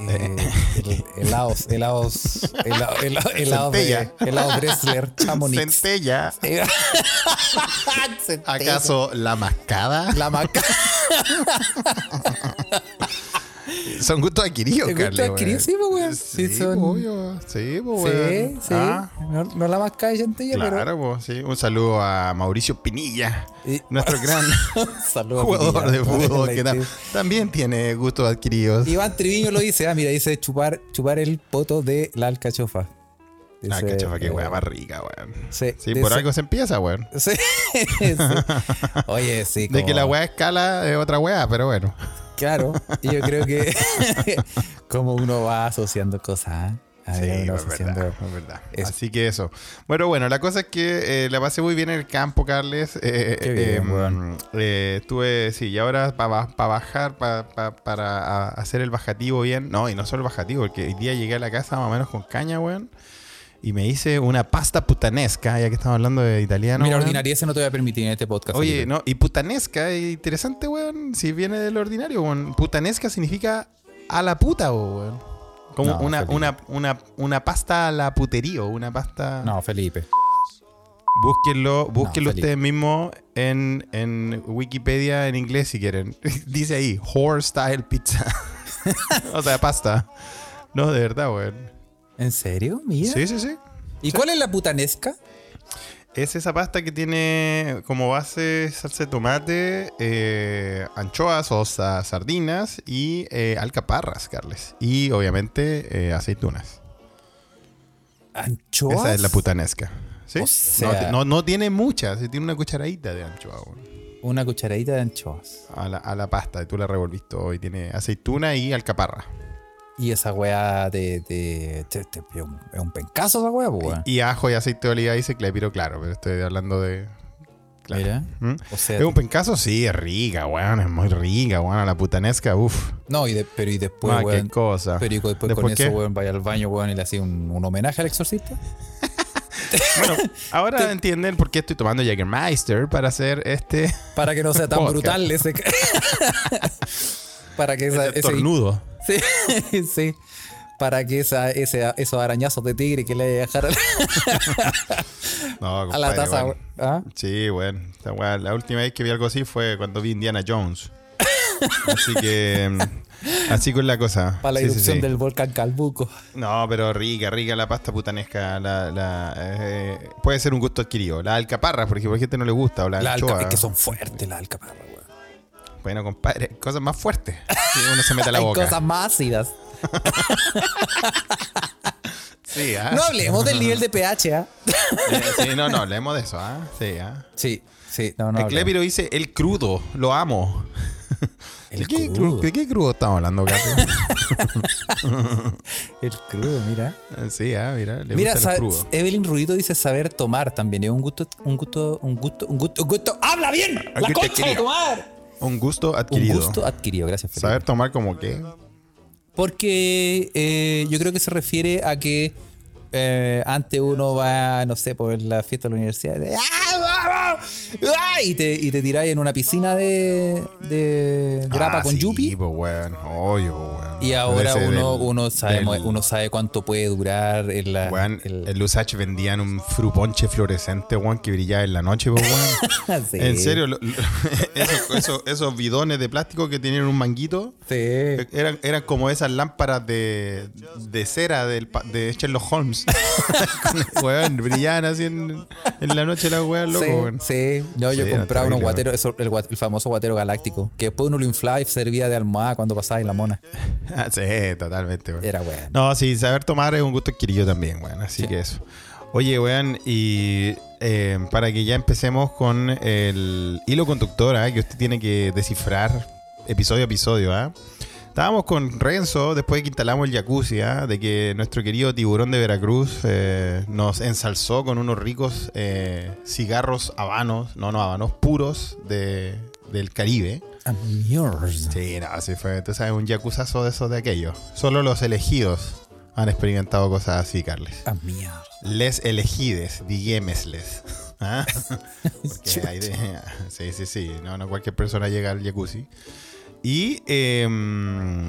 Speaker 2: eh, hel- helados, helados, (laughs) hela- hela- helados, de-
Speaker 1: Centella.
Speaker 2: helados (laughs) Dressler,
Speaker 1: (laughs)
Speaker 2: Chamonix.
Speaker 1: Centella,
Speaker 2: Eh, (laughs)
Speaker 1: ¿acaso la mascada?
Speaker 2: La (laughs) maca.
Speaker 1: Son gustos adquiridos,
Speaker 2: El gusto
Speaker 1: Carly, weón.
Speaker 2: adquirido, sí, pues, weón.
Speaker 1: Sí,
Speaker 2: Sí, son-
Speaker 1: pues, obvio. Sí, pues,
Speaker 2: Sí,
Speaker 1: weón.
Speaker 2: sí.
Speaker 1: Ah,
Speaker 2: No, no la masca de Chantilla, pero.
Speaker 1: claro, pues, sí. Un saludo a Mauricio Pinilla,
Speaker 2: Y-
Speaker 1: nuestro gran
Speaker 2: (laughs) Saludos.
Speaker 1: jugador de
Speaker 2: Pinilla. (laughs)
Speaker 1: fútbol que tam-
Speaker 2: Like
Speaker 1: también tiene gustos adquiridos.
Speaker 2: Iván Triviño lo dice, ah, mira, dice chupar, chupar el poto de la alcachofa. Dice,
Speaker 1: Ah, qué chafa, qué
Speaker 2: eh,
Speaker 1: weá más rica, weón.
Speaker 2: Sí,
Speaker 1: Sí,
Speaker 2: de
Speaker 1: por
Speaker 2: ese-
Speaker 1: algo se empieza, weón.
Speaker 2: (laughs) Sí, sí. Oye, sí.
Speaker 1: De que
Speaker 2: como-
Speaker 1: la weá escala es otra weá, pero bueno.
Speaker 2: Claro, y yo creo
Speaker 1: (laughs)
Speaker 2: que (laughs) como uno va asociando cosas. ¿eh? A
Speaker 1: Sí,
Speaker 2: ver, uno
Speaker 1: es
Speaker 2: va
Speaker 1: verdad,
Speaker 2: asociando-
Speaker 1: (laughs) es verdad.
Speaker 2: eso.
Speaker 1: Así que eso. Bueno, bueno, la cosa es que eh, la pasé muy bien en el campo, Carles. Eh,
Speaker 2: Qué bien,
Speaker 1: eh,
Speaker 2: weón.
Speaker 1: eh, estuve, sí, y ahora para bajar, pa- pa- para a- hacer el bajativo bien. No, y no solo el bajativo, porque hoy día llegué a la casa más o menos con caña, weón. Y me hice una pasta putanesca, ya que estamos hablando de italiano.
Speaker 2: Mira,
Speaker 1: weón.
Speaker 2: ordinaria ese no te voy a permitir en este podcast.
Speaker 1: Oye,
Speaker 2: Felipe.
Speaker 1: no, y putanesca, eh, interesante, weón. Si viene del ordinario, weón. Putanesca significa a la puta, weón. Como
Speaker 2: No,
Speaker 1: una,
Speaker 2: Felipe.
Speaker 1: una, una, una pasta a la puterío, una pasta.
Speaker 2: No, Felipe.
Speaker 1: Búsquenlo, búsquenlo
Speaker 2: Felipe.
Speaker 1: ustedes mismos en, en Wikipedia en inglés si quieren. (laughs) Dice ahí, whore style pizza. (laughs) o sea, pasta. No, de verdad, weón.
Speaker 2: ¿En serio? Mira.
Speaker 1: Sí, sí, sí.
Speaker 2: ¿Y cuál es la putanesca?
Speaker 1: Es esa pasta que tiene como base salsa de tomate, eh, anchoas o sa- sardinas y eh, alcaparras, Carles. Y obviamente eh, aceitunas.
Speaker 2: ¿Anchoas?
Speaker 1: Esa es la putanesca. ¿Sí?
Speaker 2: O sea-
Speaker 1: no, no- no tiene muchas, sí tiene una cucharadita de anchoa. weón.
Speaker 2: Una cucharadita de anchoas.
Speaker 1: a la, a la pasta, y tú la revolviste hoy. Tiene aceituna y alcaparra.
Speaker 2: Y esa weá de. de- te- te- es, un, es un pencazo esa weá, po, weón.
Speaker 1: Y ajo y aceite de oliva dice Clepiro, claro, pero estoy hablando de. claro.
Speaker 2: Mira.
Speaker 1: ¿Mm?
Speaker 2: O sea,
Speaker 1: ¿Es un pencazo? Sí, es rica, weón. Es muy rica, weón. A la putanesca, uff.
Speaker 2: no, y de- pero y después,
Speaker 1: ah,
Speaker 2: weón.
Speaker 1: qué cosa.
Speaker 2: Pero y después, con
Speaker 1: ¿Después qué?
Speaker 2: eso, weón, vaya al baño, weón, y le hacía un, un homenaje al exorcista. (laughs)
Speaker 1: Bueno, ahora entienden por qué estoy tomando Jägermeister para hacer este
Speaker 2: Para que no sea tan
Speaker 1: Podcast.
Speaker 2: brutal ese.
Speaker 1: (laughs)
Speaker 2: para que esa, ese-
Speaker 1: tornudo.
Speaker 2: (laughs) Sí, sí. Para que esa, ese, esos arañazos de tigre que le haya dejado
Speaker 1: No,
Speaker 2: a la
Speaker 1: compadre,
Speaker 2: taza.
Speaker 1: weón.
Speaker 2: ¿ah?
Speaker 1: Sí, bueno. esta weá, La última vez que vi algo así fue cuando vi Indiana Jones. Así que.
Speaker 2: (laughs)
Speaker 1: mm, Así con la cosa.
Speaker 2: Para la
Speaker 1: Sí, sí,
Speaker 2: erupción
Speaker 1: sí.
Speaker 2: del volcán Calbuco.
Speaker 1: No, pero rica, rica la pasta putanesca. La, la, eh, puede ser un gusto adquirido. La alcaparra, por ejemplo, a gente no le gusta. O la,
Speaker 2: Las
Speaker 1: anchoa.
Speaker 2: alca- es que son fuertes las alcaparras, weón.
Speaker 1: Bueno, compadre, hay cosas más fuertes. Sí, uno se mete a la
Speaker 2: (laughs) Hay
Speaker 1: boca.
Speaker 2: cosas más ácidas.
Speaker 1: Sí, ¿ah?
Speaker 2: (laughs) No hablemos del nivel de pH, ¿ah?
Speaker 1: Eh, sí, no, no, hablemos de eso. ¿ah? Sí, ¿ah?
Speaker 2: Sí, sí, no, no.
Speaker 1: el Clépiro dice el crudo, lo amo.
Speaker 2: El
Speaker 1: ¿De qué,
Speaker 2: crudo.
Speaker 1: cru- ¿De qué crudo estamos hablando, Gato? (laughs)
Speaker 2: hablemos. El crudo, mira.
Speaker 1: sí, ah, mira, le
Speaker 2: Mira,
Speaker 1: gusta
Speaker 2: sa-
Speaker 1: el crudo.
Speaker 2: Evelyn Ruido dice saber tomar también. Es un gusto, un gusto, un gusto, un gusto, un gusto. ¡Habla bien!
Speaker 1: Un
Speaker 2: ¡La
Speaker 1: gusto
Speaker 2: concha de
Speaker 1: adquirido.
Speaker 2: tomar!
Speaker 1: Un gusto
Speaker 2: Un
Speaker 1: adquirido.
Speaker 2: gusto adquirido, gracias. Felipe.
Speaker 1: Saber tomar como qué.
Speaker 2: Porque eh, yo creo que se refiere a que eh, antes uno va, no sé, por la fiesta de la universidad de, ¡Ah, vamos! ¡Ah! y te, y te tiráis en una piscina de, de grapa
Speaker 1: Ah,
Speaker 2: con
Speaker 1: sí,
Speaker 2: yupi.
Speaker 1: pues, weón. Obvio, pues, weón.
Speaker 2: Y ahora
Speaker 1: Ese
Speaker 2: uno,
Speaker 1: del-
Speaker 2: uno, sabe,
Speaker 1: del-
Speaker 2: uno sabe cuánto puede durar en la.
Speaker 1: Weón,
Speaker 2: el-
Speaker 1: en Lusach vendían un fruponche fluorescente, weón, que brillaba en la noche, pues, weón.
Speaker 2: (laughs) (laughs) Sí.
Speaker 1: En serio, lo- (laughs) lo- esos, esos- esos bidones de plástico que tenían un manguito
Speaker 2: Sí.
Speaker 1: eh, eran, eran como esas lámparas de, de cera del, pa- de Sherlock
Speaker 2: (laughs)
Speaker 1: Holmes. weón, brillaban así en, en la noche las weas, loco,
Speaker 2: Sí,
Speaker 1: weón.
Speaker 2: sí. No, yo
Speaker 1: Sí, era
Speaker 2: compraba unos
Speaker 1: terrible,
Speaker 2: guateros, eso, el, guat- el famoso guatero galáctico, que después uno lo inflaba y servía de almohada cuando pasaba en la mona.
Speaker 1: Ah, Sí, totalmente, weón.
Speaker 2: Era bueno.
Speaker 1: No, sí, saber tomar es un gusto adquirido también, weón. Así que eso. Oye, weón, y eh, para que ya empecemos con el hilo conductor, ¿ah? que usted tiene que descifrar episodio a episodio, ¿ah? Estábamos con Renzo después de que instalamos el jacuzzi, ¿ah? de que nuestro querido tiburón de Veracruz eh, nos ensalzó con unos ricos eh, cigarros habanos, no, no, habanos puros de, del Caribe.
Speaker 2: Ah, mierda.
Speaker 1: Sí, no, sí fue, tú sabes, un yakuzazo de esos de aquellos. Solo los elegidos han experimentado cosas así, Carles.
Speaker 2: Ah, mierda.
Speaker 1: Les elegides, digámosles. (laughs) ¿Ah? Porque hay de- (laughs) sí, sí, sí. No, no cualquier persona llega al jacuzzi. Y em,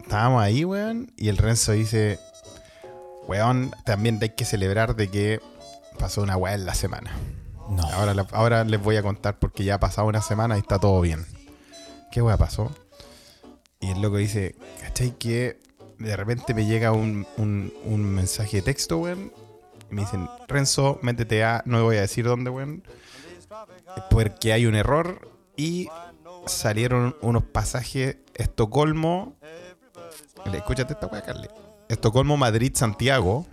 Speaker 1: estábamos ahí, weón. Y el Renzo dice, weón, también hay que celebrar de que pasó una weá en la semana.
Speaker 2: No.
Speaker 1: Ahora, la- ahora les voy a contar porque ya ha pasado una semana y está todo bien. ¿Qué weá pasó? Y el loco dice, ¿cachai que de repente me llega un, un- un mensaje de texto, weón? Y me dicen, Renzo, métete a, no voy a decir dónde, weón, porque hay un error y salieron unos pasajes Estocolmo. Escúchate esta weá, Carly. Estocolmo, Madrid, Santiago,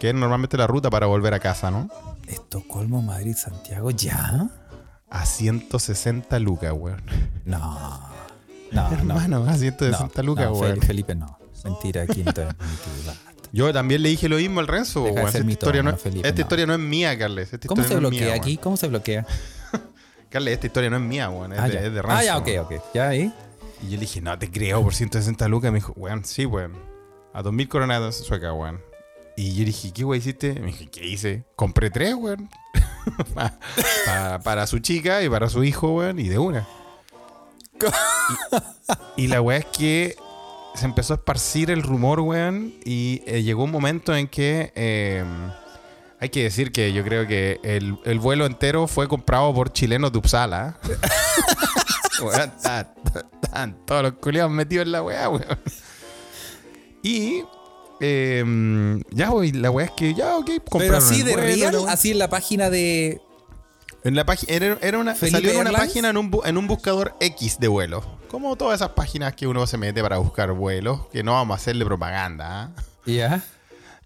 Speaker 1: que es normalmente la ruta para volver a casa, ¿no?
Speaker 2: Estocolmo, Madrid, Santiago, ¿ya?
Speaker 1: A 160 lucas, weón. (laughs)
Speaker 2: No. No, no.
Speaker 1: Hermano, a 160
Speaker 2: no,
Speaker 1: lucas,
Speaker 2: no,
Speaker 1: weón.
Speaker 2: Fel- Felipe, no. Mentira, quinto. mentira.
Speaker 1: Yo también le dije lo mismo al Renzo,
Speaker 2: Deja de
Speaker 1: weón.
Speaker 2: ser
Speaker 1: Esta,
Speaker 2: mitómano,
Speaker 1: historia, no, es-
Speaker 2: Felipe,
Speaker 1: esta
Speaker 2: no.
Speaker 1: historia no es mía, Carles. Esta
Speaker 2: ¿Cómo se
Speaker 1: historia no es
Speaker 2: bloquea
Speaker 1: mía,
Speaker 2: aquí? ¿Cómo se bloquea?
Speaker 1: weón. Carles, esta historia no es mía, weón. Es,
Speaker 2: Ah,
Speaker 1: de,
Speaker 2: ya.
Speaker 1: es de Renzo.
Speaker 2: Ah, ya, ok,
Speaker 1: weón.
Speaker 2: ok. Ya ahí.
Speaker 1: Y yo le dije, no te creo, por 160 lucas. Me dijo, weón, sí, weón. A 2000 coronadas sueca, weón. Y yo le dije, ¿qué weón hiciste? Me dije, ¿qué hice? Compré tres, weón. Pa- pa- para su chica y para su hijo, weón, y de una. Y, y la weá es que se empezó a esparcir el rumor, weón, y eh, llegó un momento en que eh, Hay que decir que yo creo que el, el vuelo entero fue comprado por chilenos de
Speaker 2: (laughs)
Speaker 1: Uppsala. Weón, estaban- estaban todos los culiados metidos en la weá, weón. Y em, ya, güey, la weá es que ya, ok,
Speaker 2: Pero
Speaker 1: compraron
Speaker 2: así
Speaker 1: el
Speaker 2: de
Speaker 1: vuelo,
Speaker 2: real,
Speaker 1: la weá.
Speaker 2: así en la página de.
Speaker 1: En la página era, era una
Speaker 2: Felipe
Speaker 1: salió en una
Speaker 2: Airlines.
Speaker 1: página en un, bu- en un buscador X de vuelos. Como todas esas páginas que uno se mete para buscar vuelos, que no vamos a hacerle propaganda, ¿ah?
Speaker 2: Ya.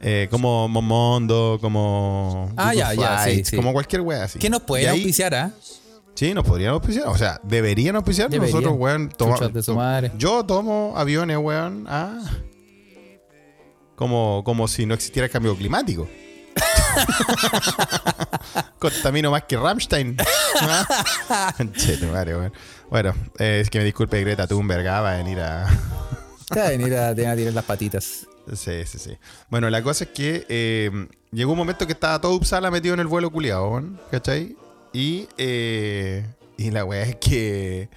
Speaker 1: Eh, como Momondo, como
Speaker 2: Ah,
Speaker 1: Google
Speaker 2: ya, ya, sí,
Speaker 1: Flights,
Speaker 2: sí.
Speaker 1: como cualquier wea así.
Speaker 2: Que nos
Speaker 1: Y
Speaker 2: pueden
Speaker 1: ahí- (laughs)
Speaker 2: auspiciar, ¿ah?
Speaker 1: Sí, nos podrían auspiciar, o sea, deberían auspiciar
Speaker 2: Deberían.
Speaker 1: nosotros, weón, toma-
Speaker 2: Chuchas de su
Speaker 1: to-
Speaker 2: madre.
Speaker 1: Yo tomo aviones, weón, ah, como como si no existiera el cambio climático. (laughs) Contamino más que
Speaker 2: (laughs)
Speaker 1: Rammstein. (laughs) ¿Ah? Che, tu madre, weón. Bueno, eh, es que me disculpe Greta Thunberg, ah, va a venir a
Speaker 2: Te va a venir a, te van a tirar las patitas.
Speaker 1: Sí, sí, sí. Bueno, la cosa es que eh, llegó un momento que estaba todo Uppsala metido en el vuelo culiado, weón, ¿cachai? Y, eh, y la weá es que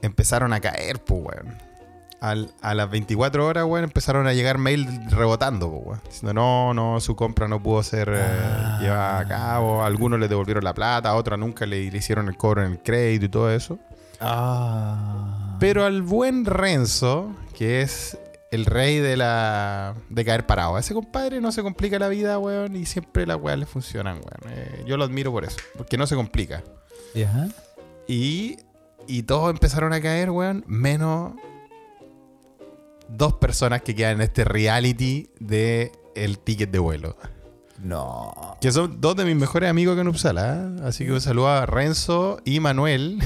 Speaker 1: empezaron a caer, pues, weón. Al- a las 24 horas, weón, empezaron a llegar mail rebotando, pues, weón. Diciendo, no, no, su compra no pudo ser eh,
Speaker 2: Ah.
Speaker 1: llevada a cabo. Algunos le devolvieron la plata, a otros nunca le, le hicieron el cobro en el crédito y todo eso.
Speaker 2: Ah.
Speaker 1: Pero al buen Renzo, que es el rey de la de caer parado. A ese compadre no se complica la vida, weón, y siempre las weas le funcionan, weón. Eh, yo lo admiro por eso, porque no se complica.
Speaker 2: Ya.
Speaker 1: Y, y todos empezaron a caer, weón, menos dos personas que quedan en este reality de el ticket de vuelo.
Speaker 2: No.
Speaker 1: Que son dos de mis mejores amigos que en Uppsala. ¿eh? Así que un saludo a Renzo y Manuel.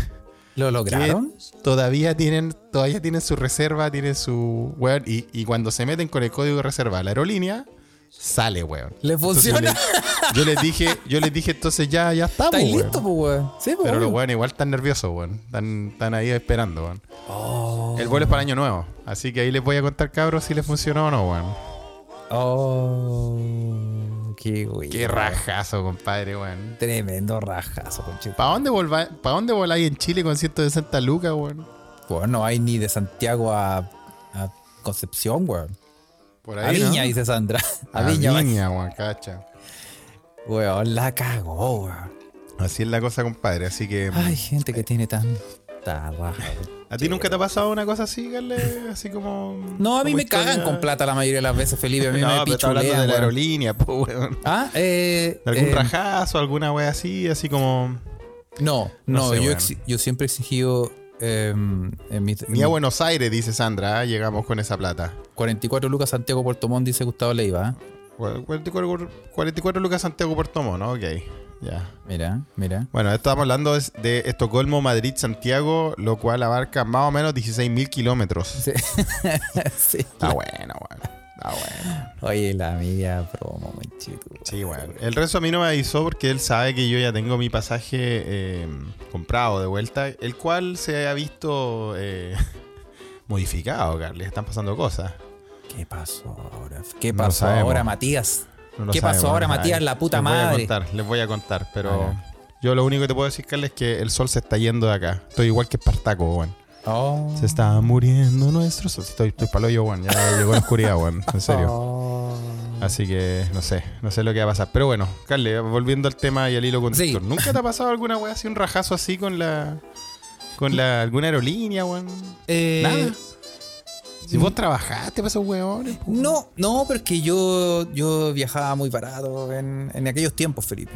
Speaker 2: ¿Lo lograron?
Speaker 1: todavía tienen, todavía tienen su reserva, tienen su weón. Y, y cuando se meten con el código de reserva a la aerolínea, sale, weón.
Speaker 2: ¿Le
Speaker 1: Entonces
Speaker 2: funciona?
Speaker 1: Yo les, yo les dije, yo les dije, entonces ya, ya estamos.
Speaker 2: ¿Estáis
Speaker 1: weón.
Speaker 2: listos, pues, weón? Sí, pues.
Speaker 1: Pero los
Speaker 2: obvio.
Speaker 1: weón igual están nerviosos, weón. Están, están ahí esperando, weón.
Speaker 2: Oh.
Speaker 1: El vuelo es para año nuevo. Así que ahí les voy a contar, cabros, si les funcionó o no, weón.
Speaker 2: Oh. Qué güey.
Speaker 1: Qué rajazo, compadre, weón.
Speaker 2: Tremendo rajazo, conchito.
Speaker 1: ¿Para dónde, volva- pa dónde voláis en Chile con 160 lucas, weón?
Speaker 2: Bueno, no hay ni de Santiago a, a Concepción, weón.
Speaker 1: Por
Speaker 2: A
Speaker 1: ahí, ¿no?
Speaker 2: Viña,
Speaker 1: (laughs)
Speaker 2: dice Sandra. A,
Speaker 1: A
Speaker 2: Viña, va.
Speaker 1: Viña, weón, cacha.
Speaker 2: Weón, la cagó, weón.
Speaker 1: Así es la cosa, compadre. Así que.
Speaker 2: Ay, gente que tiene tanta raja.
Speaker 1: ¿A ti nunca te ha pasado una cosa así, Carle? Así como.
Speaker 2: No, a mí
Speaker 1: como
Speaker 2: me
Speaker 1: historia-
Speaker 2: cagan con plata la mayoría de las veces, Felipe. A mí
Speaker 1: No,
Speaker 2: me
Speaker 1: pero está hablando de
Speaker 2: pichulean,
Speaker 1: la
Speaker 2: weón.
Speaker 1: aerolínea, po, weón.
Speaker 2: Ah, eh.
Speaker 1: De algún
Speaker 2: eh,
Speaker 1: rajazo, alguna wea así, así como.
Speaker 2: No,
Speaker 1: No
Speaker 2: no,
Speaker 1: sé,
Speaker 2: yo,
Speaker 1: weón.
Speaker 2: exi- yo siempre he exigido eh, en mis, en
Speaker 1: Ni a
Speaker 2: mis
Speaker 1: Buenos Aires, dice Sandra, ah, llegamos con esa plata.
Speaker 2: 44 lucas Santiago Puerto Montt, dice Gustavo Leiva. ¿eh?
Speaker 1: Cu- 44, 44 lucas Santiago Puerto Montt, ¿no? Ok, ya.
Speaker 2: Mira,
Speaker 1: (laughs)
Speaker 2: mira.
Speaker 1: Bueno, estamos hablando es- de Estocolmo, Madrid, Santiago, lo cual abarca más o menos 16.000 kilómetros.
Speaker 2: Sí. Sí.
Speaker 1: Está bueno, weón. Está bueno.
Speaker 2: Ah, Oye, la media promo, manchito.
Speaker 1: Sí, bueno. El resto a mí no me avisó porque él sabe que yo ya tengo mi pasaje eh, comprado de vuelta, el cual se ha visto eh, (laughs) modificado, Carly. Están pasando cosas.
Speaker 2: ¿Qué pasó ahora? ¿Qué
Speaker 1: No
Speaker 2: pasó
Speaker 1: sabemos.
Speaker 2: ahora, Matías?
Speaker 1: No lo
Speaker 2: ¿Qué pasó ahora,
Speaker 1: no
Speaker 2: Matías? La puta
Speaker 1: les voy a
Speaker 2: madre.
Speaker 1: contar, les voy a contar, pero
Speaker 2: Ah,
Speaker 1: yo lo único que te puedo decir, Carly, es que el sol se está yendo de acá. Estoy igual que Espartaco, weón.
Speaker 2: Oh.
Speaker 1: Se está muriendo nuestro sol. Estoy, estoy palo yo, weón. Ya llegó la oscuridad, weón. En serio.
Speaker 2: Oh.
Speaker 1: Así que no sé, no sé lo que va a pasar. Pero bueno, Carle, volviendo al tema y al hilo conductor.
Speaker 2: Sí.
Speaker 1: ¿Nunca te ha pasado alguna wea así, un rajazo así con la. con la alguna aerolínea, weón?
Speaker 2: Eh,
Speaker 1: Nada. Si vos trabajaste para esos weones. po.
Speaker 2: No, no, porque yo, yo viajaba muy barato en, en aquellos tiempos, Felipe.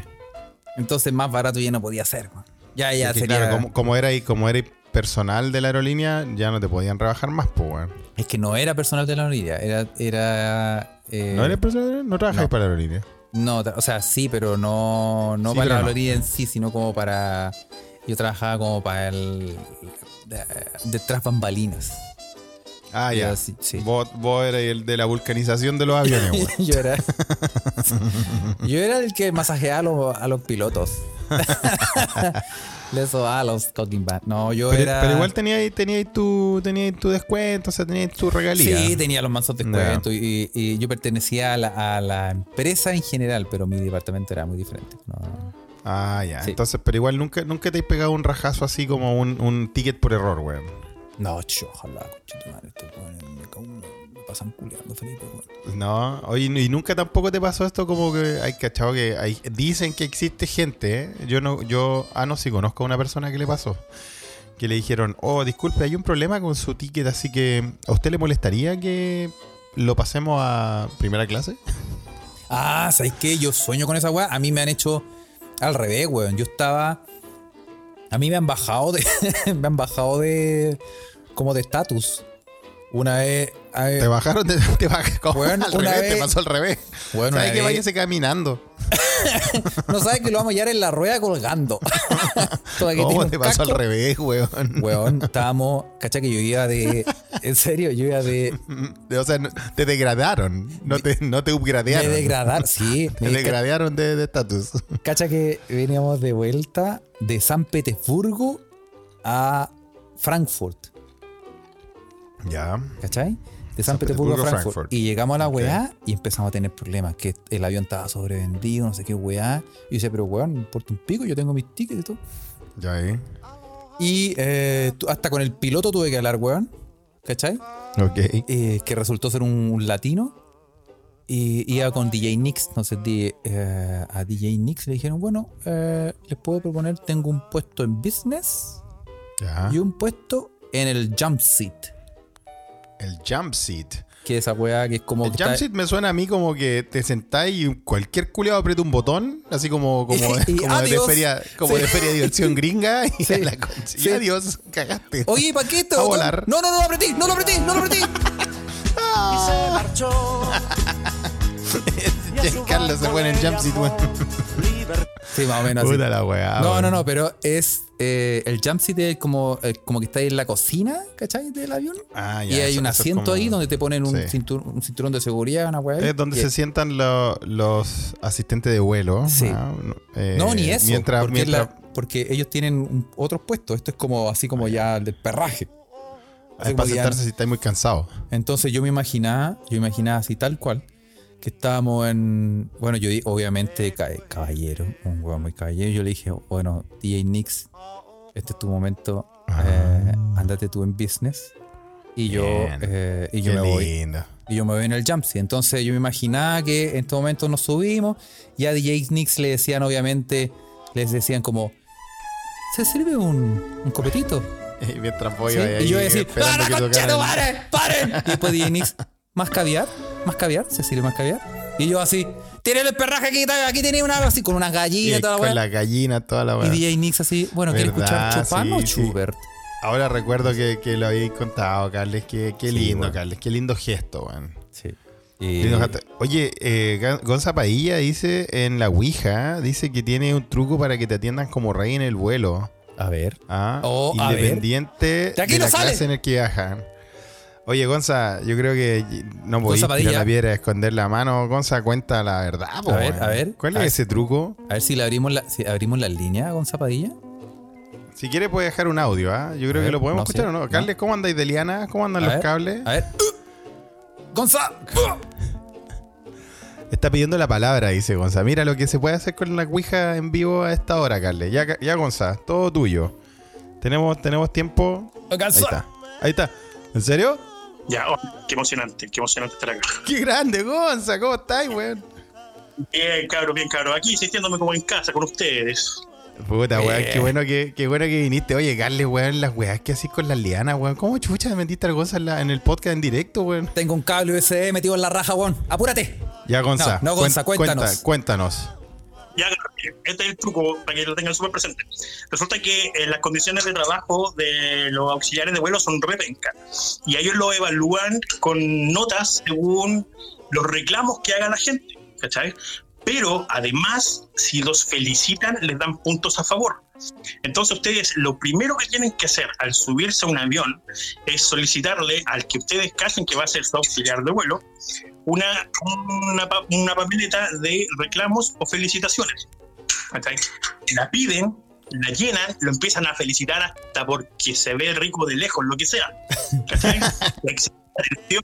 Speaker 2: Entonces más barato ya no podía ser. weón. Ya, ya
Speaker 1: Es que,
Speaker 2: sería.
Speaker 1: claro, como, como era y como era personal de la aerolínea, ya no te podían rebajar más, pues weón.
Speaker 2: Es que no era personal de la aerolínea, era. era eh,
Speaker 1: ¿No eres personal? No trabajas
Speaker 2: no.
Speaker 1: para la aerolínea.
Speaker 2: no, tra- o sea, sí, pero no, no
Speaker 1: Sí,
Speaker 2: para
Speaker 1: pero
Speaker 2: la
Speaker 1: no.
Speaker 2: aerolínea en sí, sino como para. Yo trabajaba como para el. de- detrás bambalinas.
Speaker 1: Ah,
Speaker 2: Yo
Speaker 1: ya.
Speaker 2: sí, sí.
Speaker 1: Vos, vos eras el de la vulcanización de los
Speaker 2: (laughs)
Speaker 1: aviones, weón.
Speaker 2: yo era. yo era el que masajeaba a los, a los pilotos.
Speaker 1: (laughs)
Speaker 2: Les sobaba los cocking bat. No, yo
Speaker 1: Pero,
Speaker 2: era.
Speaker 1: pero igual tenías ahí- tenías ahí tu, tenías ahí tu descuento, o sea, tenías ahí tu regalía.
Speaker 2: Sí, tenía los mansos descuentos y, y yo pertenecía a la, a la empresa en general, pero mi departamento era muy diferente. No.
Speaker 1: Ah, ya.
Speaker 2: Sí.
Speaker 1: Entonces, pero igual nunca, nunca te has pegado un rajazo así como un, un ticket por error, weón.
Speaker 2: No, che, ojalá, conchetumare, estos weones me cago en- me pasan culiando, Felipe. weón.
Speaker 1: No, oye, y nunca tampoco te pasó esto como que hay cachado que hay, dicen que existe gente, ¿eh? Yo no, yo, ah, no, sí, conozco a una persona que le pasó. Que le dijeron, oh, disculpe, hay un problema con su ticket, así que ¿a usted le molestaría que lo pasemos a primera
Speaker 2: (laughs)
Speaker 1: clase?
Speaker 2: Eh. Ah, ¿sabes qué? Yo sueño con esa weá. A mí me han hecho al revés, weón. Yo estaba. A mí me han bajado de. (laughs) me han bajado de. Como de estatus. Una vez. a ver,
Speaker 1: Te bajaron, de- te, bajaron como
Speaker 2: Bueno,
Speaker 1: al
Speaker 2: una
Speaker 1: revés, te
Speaker 2: vez-
Speaker 1: pasó al revés.
Speaker 2: weón, una
Speaker 1: ¿Sabes que
Speaker 2: vez-
Speaker 1: váyase caminando?
Speaker 2: (laughs) No sabes que lo vamos a hallar en la rueda
Speaker 1: (laughs)
Speaker 2: colgando. Toda que tiene
Speaker 1: ¿Cómo
Speaker 2: un
Speaker 1: te pasó al
Speaker 2: casco.
Speaker 1: revés, weón?
Speaker 2: Weón, estábamos. ¿Cachai que yo iba de. En serio, yo iba de.
Speaker 1: Mm, O sea, no- te degradaron, no te, no te
Speaker 2: De
Speaker 1: upgradearon.
Speaker 2: degradar, sí.
Speaker 1: te
Speaker 2: me-
Speaker 1: degradaron de de
Speaker 2: (laughs)
Speaker 1: estatus.
Speaker 2: Cacha que veníamos de vuelta de San Petersburgo a Frankfurt.
Speaker 1: ya.
Speaker 2: ¿Cachai? De San,
Speaker 1: San
Speaker 2: Petersburgo,
Speaker 1: Petersburgo,
Speaker 2: a Frankfurt.
Speaker 1: Frankfurt.
Speaker 2: Y llegamos a la
Speaker 1: Ok.
Speaker 2: weá y empezamos a tener problemas. Que el avión estaba sobrevendido, no sé qué weá. Y yo decía, pero weón, no importa un pico, yo tengo mis tickets y todo.
Speaker 1: Ya ahí.
Speaker 2: Y eh, tu- hasta con el piloto tuve que hablar, weón. ¿Cachai?
Speaker 1: Ok.
Speaker 2: Eh, que resultó ser un, un latino. Y iba con DJ Nix. Entonces di- eh, a DJ Nix le dijeron, bueno, eh, les puedo proponer, tengo un puesto en business
Speaker 1: Ya.
Speaker 2: y un puesto en el jump seat.
Speaker 1: El jump seat.
Speaker 2: Que esa weá que es como...
Speaker 1: El
Speaker 2: que
Speaker 1: jump
Speaker 2: está-
Speaker 1: seat me suena a mí como que te sentáis y cualquier culiado aprieta un botón, así como, como,
Speaker 2: (laughs) Y
Speaker 1: como de,
Speaker 2: adiós.
Speaker 1: feria, como
Speaker 2: Sí.
Speaker 1: de feria de
Speaker 2: (laughs)
Speaker 1: diversión gringa. Y,
Speaker 2: Sí.
Speaker 1: la concha- y
Speaker 2: Sí.
Speaker 1: adiós, cagaste. (laughs)
Speaker 2: Oye, ¿para qué este
Speaker 1: A
Speaker 2: botón?
Speaker 1: volar.
Speaker 2: No, no, no lo apretí, no lo apretí, no
Speaker 1: (laughs)
Speaker 2: lo apretí.
Speaker 3: y se marchó. Y a su
Speaker 1: (laughs) Carlos se
Speaker 3: banco
Speaker 1: fue en
Speaker 3: le
Speaker 1: el jump seat,
Speaker 3: llamó
Speaker 1: weón.
Speaker 3: Liber-
Speaker 2: sí, más o menos así.
Speaker 1: Puta la weá.
Speaker 2: No,
Speaker 1: weón.
Speaker 2: no, no, pero es... eh, el jump seat es como, eh, como que está ahí en la cocina, ¿cachai? Del avión.
Speaker 1: Ah, ya,
Speaker 2: y hay
Speaker 1: eso-
Speaker 2: un
Speaker 1: eso es
Speaker 2: asiento
Speaker 1: como-
Speaker 2: ahí donde te ponen un,
Speaker 1: Sí.
Speaker 2: cintur- un cinturón de seguridad, una weá. ahí.
Speaker 1: Es donde
Speaker 2: Y-
Speaker 1: se sientan lo- los asistentes de vuelo.
Speaker 2: Sí.
Speaker 1: Ah, no, eh,
Speaker 2: No, ni eso.
Speaker 1: Mientras,
Speaker 2: porque, es la-
Speaker 1: mientras Ah,
Speaker 2: porque ellos tienen un- otros puestos. Esto es como así como ya el del perraje.
Speaker 1: es
Speaker 2: como
Speaker 1: para
Speaker 2: que ya-
Speaker 1: sentarse si estáis muy cansado.
Speaker 2: Entonces yo me imaginaba, yo imaginaba así tal cual, que estábamos en. Bueno, yo di- obviamente, ca- caballero, un huevo muy caballero. Yo le dije, bueno, DJ Nix, este es tu momento,
Speaker 1: Ah.
Speaker 2: eh, andate tú en business. Y yo,
Speaker 1: Bien.
Speaker 2: eh, y yo
Speaker 1: Qué
Speaker 2: me voy.
Speaker 1: lindo.
Speaker 2: Y yo me voy en el jumpsy. Entonces yo me imaginaba que en este momento nos subimos. Y a DJ Nix le decían, obviamente, les decían como, ¿se sirve un, un copetito?
Speaker 1: (laughs) Y mientras voy
Speaker 2: ¿Sí?
Speaker 1: ahí,
Speaker 2: Y yo decía,
Speaker 1: esperando
Speaker 2: ¡para,
Speaker 1: que tocaran. (laughs)
Speaker 2: conchero, paren, paren! Y después DJ Nix, ¿más caviar? ¿Más caviar? ¿Se sirve más caviar? Y yo así, tiene el perraje aquí, ta- aquí tiene una así, con unas gallinas,
Speaker 1: Y
Speaker 2: toda la
Speaker 1: con
Speaker 2: weá.
Speaker 1: la gallina, toda la
Speaker 2: Y
Speaker 1: weá.
Speaker 2: DJ Nix así, bueno, ¿quiere escuchar
Speaker 1: ¿Verdad?
Speaker 2: Chopin o
Speaker 1: Sí, sí.
Speaker 2: Schubert?
Speaker 1: Ahora recuerdo que, que lo habéis contado, Carles. que- Qué,
Speaker 2: Sí,
Speaker 1: lindo,
Speaker 2: weón.
Speaker 1: Carles. Qué lindo gesto, weón.
Speaker 2: Sí.
Speaker 1: Lindo gesto. Oye, eh, Gan- Gonza Pailla dice en la Ouija, dice que tiene un truco para que te atiendan como rey en el vuelo.
Speaker 2: a ver.
Speaker 1: Ah,
Speaker 2: Oh, a ver.
Speaker 1: independiente
Speaker 2: De aquí
Speaker 1: de
Speaker 2: no
Speaker 1: la
Speaker 2: sale.
Speaker 1: clase en el que viajan. Oye, Gonza, yo creo que no podéis
Speaker 2: Gonza
Speaker 1: tirar
Speaker 2: Padilla.
Speaker 1: la piedra a esconder la mano. Gonza, cuenta la verdad, po,
Speaker 2: A ver,
Speaker 1: weón.
Speaker 2: a ver.
Speaker 1: ¿Cuál es
Speaker 2: A ver.
Speaker 1: ese truco?
Speaker 2: A ver si le abrimos la, si abrimos la línea con Zapadilla.
Speaker 1: Si quieres puedes dejar un audio, ¿ah? Yo creo
Speaker 2: ver,
Speaker 1: que lo podemos
Speaker 2: no sé.
Speaker 1: escuchar, ¿o no?
Speaker 2: No.
Speaker 1: Carles, ¿cómo andáis de liana? ¿Cómo andan
Speaker 2: A
Speaker 1: los
Speaker 2: ver,
Speaker 1: cables? (gasps)
Speaker 2: A ver. (gasps) ¡Gonza!
Speaker 1: Está pidiendo la palabra, dice Gonza. Mira lo que se puede hacer con la Ouija en vivo a esta hora, Carles. Ya, ya Gonza, todo tuyo. Tenemos, tenemos tiempo. Ahí está. Ahí está. ¿En serio?
Speaker 4: Ya, oh, qué emocionante, qué emocionante estar acá.
Speaker 1: ¡Qué grande, Gonza! ¿Cómo estás, weón?
Speaker 4: Bien, cabros, bien, cabros. Aquí sintiéndome como en casa con ustedes.
Speaker 1: Puta, weón,
Speaker 2: Eh.
Speaker 1: qué bueno que, qué bueno que viniste. Oye, Carles, weón, las weas que así con las lianas, weón. ¿Cómo chucha metiste al Gonza en, la- en el podcast en directo, weón?
Speaker 2: Tengo un cable USB metido en la raja, weón. ¡Apúrate!
Speaker 1: Ya, Gonza.
Speaker 2: No, no, Gonza,
Speaker 1: cuen-
Speaker 2: cuéntanos.
Speaker 1: cuéntanos.
Speaker 4: Ya, este es el truco para que lo tengan súper presente. Resulta que eh, las condiciones de trabajo de los auxiliares de vuelo son repencas. Y a ellos lo evalúan con notas según los reclamos que haga la gente. ¿Cachai? Pero además, si los felicitan, les dan puntos a favor. Entonces ustedes lo primero que tienen que hacer al subirse a un avión es solicitarle al que ustedes casen que va a ser su auxiliar de vuelo una, una, pa- una papeleta de reclamos o felicitaciones. ¿Cachai? La piden, la llenan, lo empiezan a felicitar hasta porque se ve rico de lejos, lo que sea. ¿Cachai? La exaltación,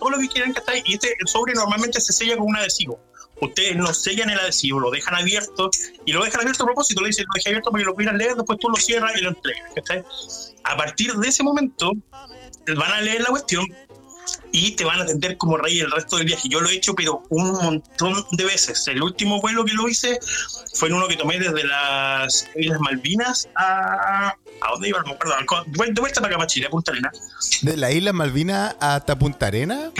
Speaker 4: todo lo que quieran, ¿cachai? Y este sobre normalmente se sella con un adhesivo. Ustedes no sellan el adhesivo, lo dejan abierto y lo dejan abierto a propósito, le dicen, lo dejé abierto para que lo pudieran leer, después tú lo cierras y lo entregas. ¿cachai? A partir de ese momento, van a leer la cuestión, y te van a atender como rey el resto del viaje. Yo lo he hecho, pero un montón de veces. El último vuelo que lo hice fue en uno que tomé desde las Islas Malvinas a. ¿A dónde iba? No, perdón, de vuelta para Camachile, a Punta Arena.
Speaker 1: De la isla Malvina hasta Punta Arena.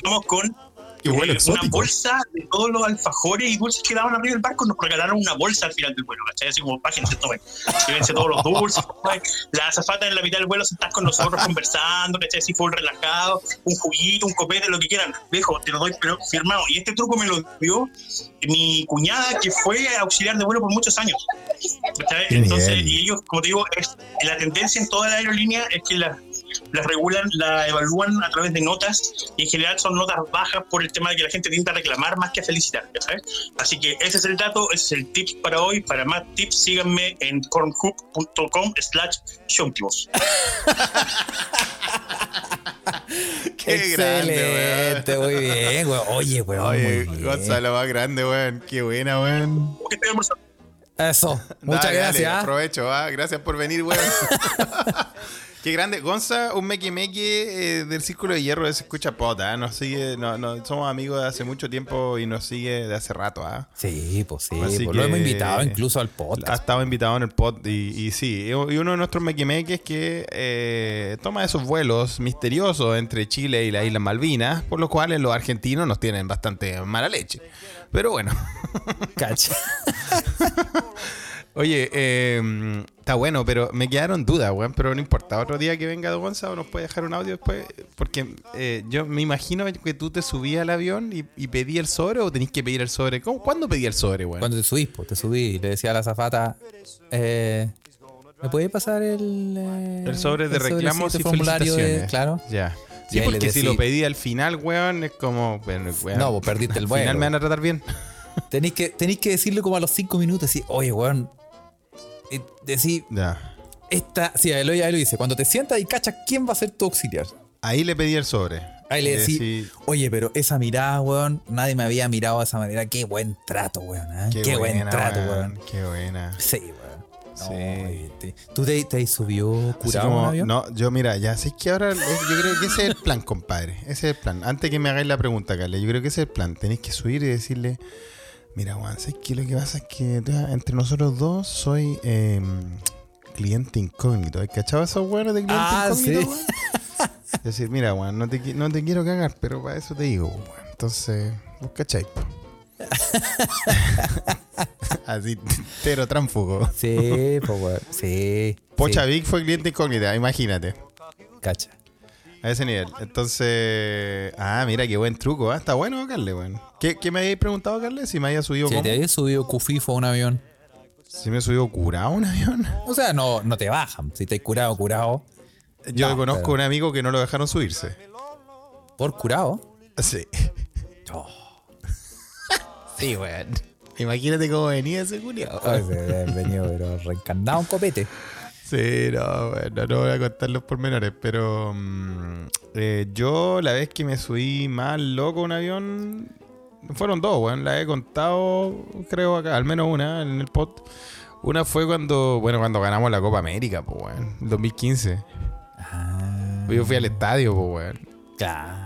Speaker 4: Fuimos con
Speaker 1: Qué bueno,
Speaker 4: eh, una
Speaker 1: exótico.
Speaker 4: bolsa de todos los alfajores y dulces que daban arriba del barco, nos regalaron una bolsa al final del vuelo, ¿cachai? Así como, pájense, tomen, llévense todos
Speaker 1: (laughs)
Speaker 4: los dulces, tomen". la azafata en la mitad del vuelo se está con nosotros conversando, ¿cachai? Así full relajado, un juguito, un copete, lo que quieran, viejo, te lo doy pero firmado. Y este truco me lo dio mi cuñada, que fue auxiliar de vuelo por muchos años. ¿cachai?
Speaker 1: Qué
Speaker 4: Entonces,
Speaker 1: nivel.
Speaker 4: y ellos, como te digo, es- la tendencia en toda la aerolínea es que las las regulan, la evalúan a través de notas y en general son notas bajas por el tema de que la gente tiende a reclamar más que a felicitar. ya ¿sabes? Así que ese es el dato, ese es el tip para hoy. Para más tips, síganme en cornhub.com slash showtibos.
Speaker 2: Excelente, muy bien, weón. Oye, weón.
Speaker 1: Oye,
Speaker 2: muy bien.
Speaker 1: Gonzalo más grande, weón. Qué buena, weón.
Speaker 4: ¿Por qué estoy almorzando?
Speaker 1: (laughs)
Speaker 2: Eso, muchas
Speaker 1: Dale, dale,
Speaker 2: gracias. ¿ah?
Speaker 1: aprovecho, ah. gracias por venir, weón. (laughs) Qué grande. Gonza, un meque meque eh, del Círculo de Hierro se escucha pota. ah. Nos sigue, no, no, somos amigos de hace mucho tiempo y nos sigue de hace rato. ah.
Speaker 2: sí, pues sí,
Speaker 1: Así
Speaker 2: pues, lo
Speaker 1: que-
Speaker 2: hemos invitado incluso al
Speaker 1: Ha
Speaker 2: podcast.
Speaker 1: estado invitado en el pod y, y sí, y uno de nuestros mequimeques que eh, toma esos vuelos misteriosos entre Chile y las Islas Malvinas, por los cuales los argentinos nos tienen bastante mala leche. Pero bueno,
Speaker 2: (laughs) Cacha.
Speaker 1: oye, eh, está bueno, pero me quedaron dudas, weón, pero no importa. Otro día que venga Gonzalo nos puede dejar un audio después, porque eh, yo me imagino que tú te subías al avión y, y pedí el sobre o tenés que pedir el sobre. ¿Cómo, ¿Cuándo pedí el sobre, weón?
Speaker 2: Cuando te subís, pues te subí y le decía a la zafata, eh, ¿me puede pasar el, eh,
Speaker 1: El sobre de
Speaker 2: el sobrecito,
Speaker 1: reclamos
Speaker 2: el
Speaker 1: y
Speaker 2: formulario de-
Speaker 1: felicitaciones.
Speaker 2: claro.
Speaker 1: Ya.
Speaker 2: Y
Speaker 1: Sí,
Speaker 2: ahí le
Speaker 1: porque si
Speaker 2: decí-
Speaker 1: lo pedí al final, weón, es como. bueno, weón,
Speaker 2: No, vos perdiste el
Speaker 1: al final
Speaker 2: vuelo.
Speaker 1: me van a tratar bien.
Speaker 2: Tenéis que, tenéis que decirle como a los cinco minutos, así, oye, weón. eh, Decir,
Speaker 1: Ya.
Speaker 2: esta, sí, ahí lo, ahí lo dice, cuando te sientas y cachas quién va a ser tu auxiliar.
Speaker 1: Ahí le pedí el sobre.
Speaker 2: Ahí le decí, oye, pero esa mirada, weón, nadie me había mirado de esa manera. Qué buen trato, weón. ¿eh? Qué, buen
Speaker 1: buena,
Speaker 2: trato,
Speaker 1: weón,
Speaker 2: weón.
Speaker 1: Qué buena.
Speaker 2: Sí, weón. No,
Speaker 1: Sí.
Speaker 2: te- ¿Tú te, te subió
Speaker 1: Así
Speaker 2: curado
Speaker 1: como,
Speaker 2: un avión?
Speaker 1: no, yo mira, ya sé que ahora es- yo creo que ese es el plan, compadre. Ese es el plan. Antes que me hagáis la pregunta, Carla, yo creo que ese es el plan. Tenéis que subir y decirle, mira, Juan, sé que lo que pasa es que tú- entre nosotros dos soy eh, cliente incógnito. ¿Has cachado esos huevos de cliente
Speaker 2: Ah,
Speaker 1: incógnito?
Speaker 2: sí.
Speaker 1: weón? Es decir, mira, Juan, no te, qui- no te quiero cagar, pero para eso te digo, weón. Entonces, vos cacháis,
Speaker 2: (laughs)
Speaker 1: po. (laughs) Así, pero tránfugo.
Speaker 2: Sí, pues, weón. Sí.
Speaker 1: Pocha
Speaker 2: sí,
Speaker 1: Vic fue cliente incógnita, imagínate.
Speaker 2: Cacha.
Speaker 1: A ese nivel. Entonces. Ah, mira, qué buen truco. ah, Está bueno, Carle, weón. ¿Qué, qué me habéis preguntado, Carle? Si me había subido.
Speaker 2: Si
Speaker 1: cómo?
Speaker 2: te habías subido cufifo a un avión.
Speaker 1: Si me he subido curado un avión.
Speaker 2: O sea, no, no te bajan. Si te curado, curado.
Speaker 1: Yo
Speaker 2: No,
Speaker 1: conozco
Speaker 2: pero-
Speaker 1: a un amigo que no lo dejaron subirse.
Speaker 2: Por curado.
Speaker 1: Sí.
Speaker 2: (laughs) Oh,
Speaker 1: Sí,
Speaker 2: (laughs)
Speaker 1: weón. Imagínate cómo venía ese culiao.
Speaker 2: ese venido, pero reencarnado un copete.
Speaker 1: Sí, no, bueno, no voy a contar los pormenores, pero mm, eh, yo la vez que me subí más loco a un avión, fueron dos, weón, la he contado, creo acá, al menos una en el pod. Una fue cuando, bueno, cuando ganamos la Copa América, pues, weón, 2015.
Speaker 2: Ah,
Speaker 1: Yo fui al estadio, pues, weón.
Speaker 2: claro.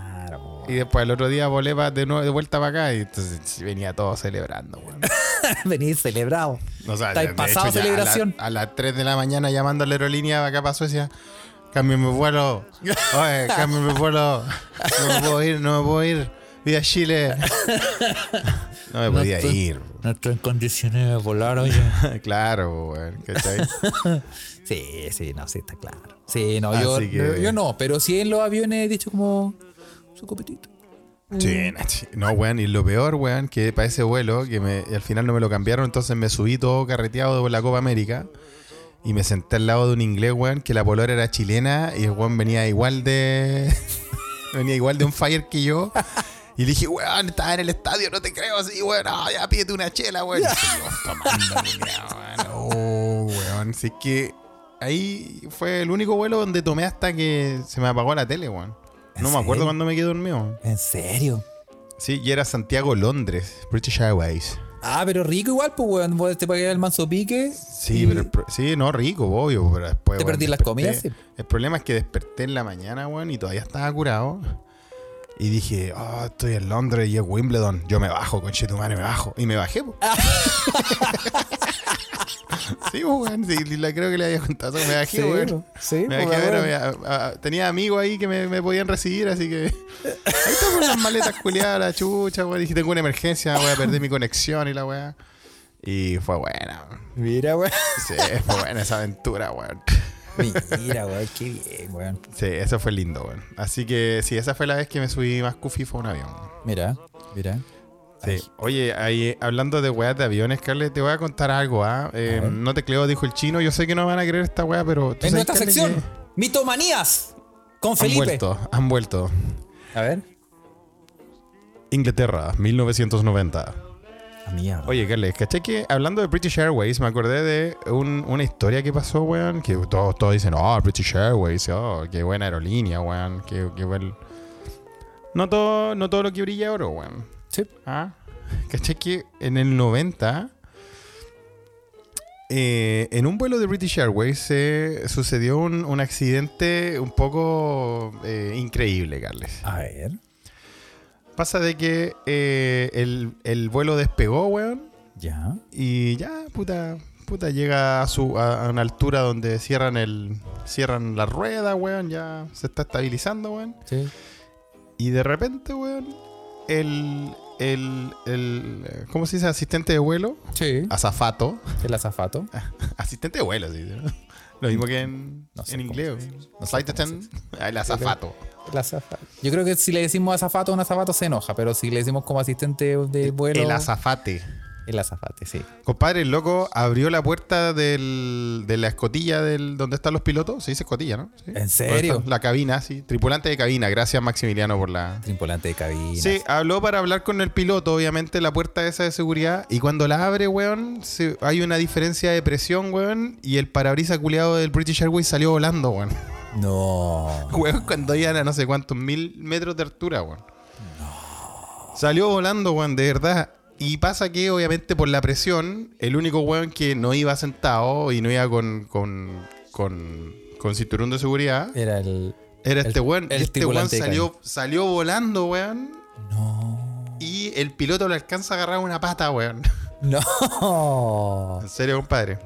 Speaker 1: Y después el otro día volé pa- de, nuevo, de vuelta para acá y entonces venía todo celebrando, weón.
Speaker 2: (laughs) Venís celebrado.
Speaker 1: No, o sea,
Speaker 2: Está
Speaker 1: de
Speaker 2: ahí
Speaker 1: ya
Speaker 2: pasado
Speaker 1: a la-
Speaker 2: celebración.
Speaker 1: A, las 3 de la mañana llamando a la aerolínea acá para Suecia. Cámbiame vuelo.
Speaker 2: (laughs)
Speaker 1: Oye, cámbiame vuelo. No me puedo ir, no me puedo ir. Voy a
Speaker 2: (laughs)
Speaker 1: Chile. No me podía
Speaker 2: estoy-
Speaker 1: ir.
Speaker 2: No pues. estoy en condiciones de volar, oye.
Speaker 1: Claro, pues, weón. ¿cachai?
Speaker 2: Sí, sí, no, sí, está claro. Sí, no,
Speaker 1: Así
Speaker 2: yo,
Speaker 1: que-
Speaker 2: yo no, pero sí en los aviones he dicho como su copetito. Mm.
Speaker 1: Sí, Nachi. No, weón. Y lo peor, weón, que para ese vuelo, que me, al final no me lo cambiaron, entonces me subí todo carreteado de la Copa América. Y me senté al lado de un inglés, weón, que la polora era chilena y el weón venía igual de. (laughs) venía igual de un fire que yo. Y le dije, weón, estaba en el estadio, no te creo así, weón, no, ya pídete una chela, weón. Y
Speaker 2: (laughs)
Speaker 1: dije, "Oh, tomando, culiao, weón. Oh, weón. Así que ahí fue el único vuelo donde tomé hasta que se me apagó la tele, weón.
Speaker 2: ¿En
Speaker 1: No me acuerdo
Speaker 2: serio?
Speaker 1: cuándo me quedé dormido.
Speaker 2: ¿En serio?
Speaker 1: Sí, y era Santiago, Londres, British Airways.
Speaker 2: Ah, pero rico igual, pues, weón. vos Te pagué el manso pique.
Speaker 1: Sí,
Speaker 2: y
Speaker 1: pero el pro- sí, no, rico, obvio, pero después...
Speaker 2: Te
Speaker 1: weón,
Speaker 2: perdí las
Speaker 1: desperté.
Speaker 2: comidas, sí.
Speaker 1: El problema es que desperté en la mañana, weón, y todavía estaba curado. Y dije, oh, estoy en Londres y es Wimbledon. Yo me bajo, conchetumare, me bajo. Y me bajé, po. (laughs) sí, po, weón. Sí, la, creo que le había contado. eso, Me bajé,
Speaker 5: Sí,
Speaker 1: weón.
Speaker 5: po. Sí,
Speaker 1: Me
Speaker 2: pues,
Speaker 5: po,
Speaker 1: bajé a ver,
Speaker 5: weón.
Speaker 1: a- a- a- tenía amigos ahí que me, me podían recibir, así
Speaker 2: (laughs)
Speaker 1: que. Ahí están las maletas culiadas, la chucha, weón. Dije, tengo una emergencia, voy a perder mi conexión y la weá. Y fue buena. weón.
Speaker 5: Mira,
Speaker 1: (laughs)
Speaker 5: weón.
Speaker 1: Sí, fue buena esa aventura, weón.
Speaker 2: Mira, weón, qué bien, weón.
Speaker 1: Sí, eso fue lindo, weón. Así que sí, esa fue la vez que me subí más cufi fue un avión.
Speaker 2: Mira, mira.
Speaker 1: Sí. Oye, ahí, hablando de weas de aviones, Carles, te voy a contar algo, ¿ah? Eh, no te creo, dijo el chino. Yo sé que no van a creer esta wea, pero. ¿tú
Speaker 2: En
Speaker 1: sabes,
Speaker 2: nuestra
Speaker 1: Carles,
Speaker 2: sección,
Speaker 1: que
Speaker 2: mitomanías con
Speaker 1: Han
Speaker 2: Felipe.
Speaker 1: vuelto, han vuelto.
Speaker 2: A ver.
Speaker 1: Inglaterra, 1990.
Speaker 2: A mierda.
Speaker 1: Oye, Carles, ¿cachai que hablando de British Airways, me acordé de un- una historia que pasó, weón? Que todos, todos dicen, oh, British Airways, oh, qué buena aerolínea, weón, qué, qué buen... No todo, no todo lo que brilla es oro, weón.
Speaker 2: Sí.
Speaker 1: ¿Ah? (laughs) ¿Cachai que en el 90, eh, en un vuelo de British Airways se sucedió un, un accidente un poco eh, increíble, Carles?
Speaker 2: A ver.
Speaker 1: Pasa de que eh, el, el vuelo despegó, weón.
Speaker 2: Ya.
Speaker 1: Y ya, puta, puta llega a, su, a, a una altura donde cierran el cierran la rueda, weón, ya se está estabilizando, weón.
Speaker 2: Sí.
Speaker 1: Ah. Y de repente, weón, el, el, el eh, ¿cómo se dice? Asistente de vuelo,
Speaker 2: Sí.
Speaker 1: azafato, (laughs)
Speaker 2: El azafato.
Speaker 1: asistente de vuelo, sí, ¿no? Lo mismo que en,
Speaker 2: No sé
Speaker 1: en
Speaker 2: cómo
Speaker 1: inglés.
Speaker 2: se dice. No sé
Speaker 1: Flight
Speaker 2: cómo se
Speaker 1: attendant, el azafato.
Speaker 2: El azafato. Yo creo que si le decimos azafato a un azafato se enoja, pero si le decimos como asistente de vuelo.
Speaker 1: El azafate.
Speaker 2: El azafate, sí.
Speaker 1: Compadre, el loco abrió la puerta del- de la escotilla del donde están los pilotos. Se dice escotilla, ¿no? Sí.
Speaker 2: ¿En serio?
Speaker 1: Donde está La cabina, sí. Tripulante de cabina. Gracias, Maximiliano, por la.
Speaker 2: Tripulante de cabina.
Speaker 1: Sí, habló para hablar con el piloto, obviamente, la puerta esa de seguridad. Y cuando la abre, weón, se- hay una diferencia de presión, weón. Y el parabrisas culeado del British Airways salió volando, weón.
Speaker 2: No.
Speaker 1: Weón, cuando iban a no sé cuántos mil metros de altura, weón. Salió volando, weón, de verdad. Y pasa que, obviamente, por la presión, el único weón que no iba sentado y no iba con, con, con, con cinturón de seguridad
Speaker 2: Era el. (laughs)
Speaker 1: era
Speaker 2: el-
Speaker 1: este weón. Y
Speaker 2: el
Speaker 1: este weón
Speaker 2: tripulante de
Speaker 1: salió, salió volando, weón. Y el piloto le alcanza a agarrar una pata, weón.
Speaker 2: No. Oh.
Speaker 1: En serio, compadre.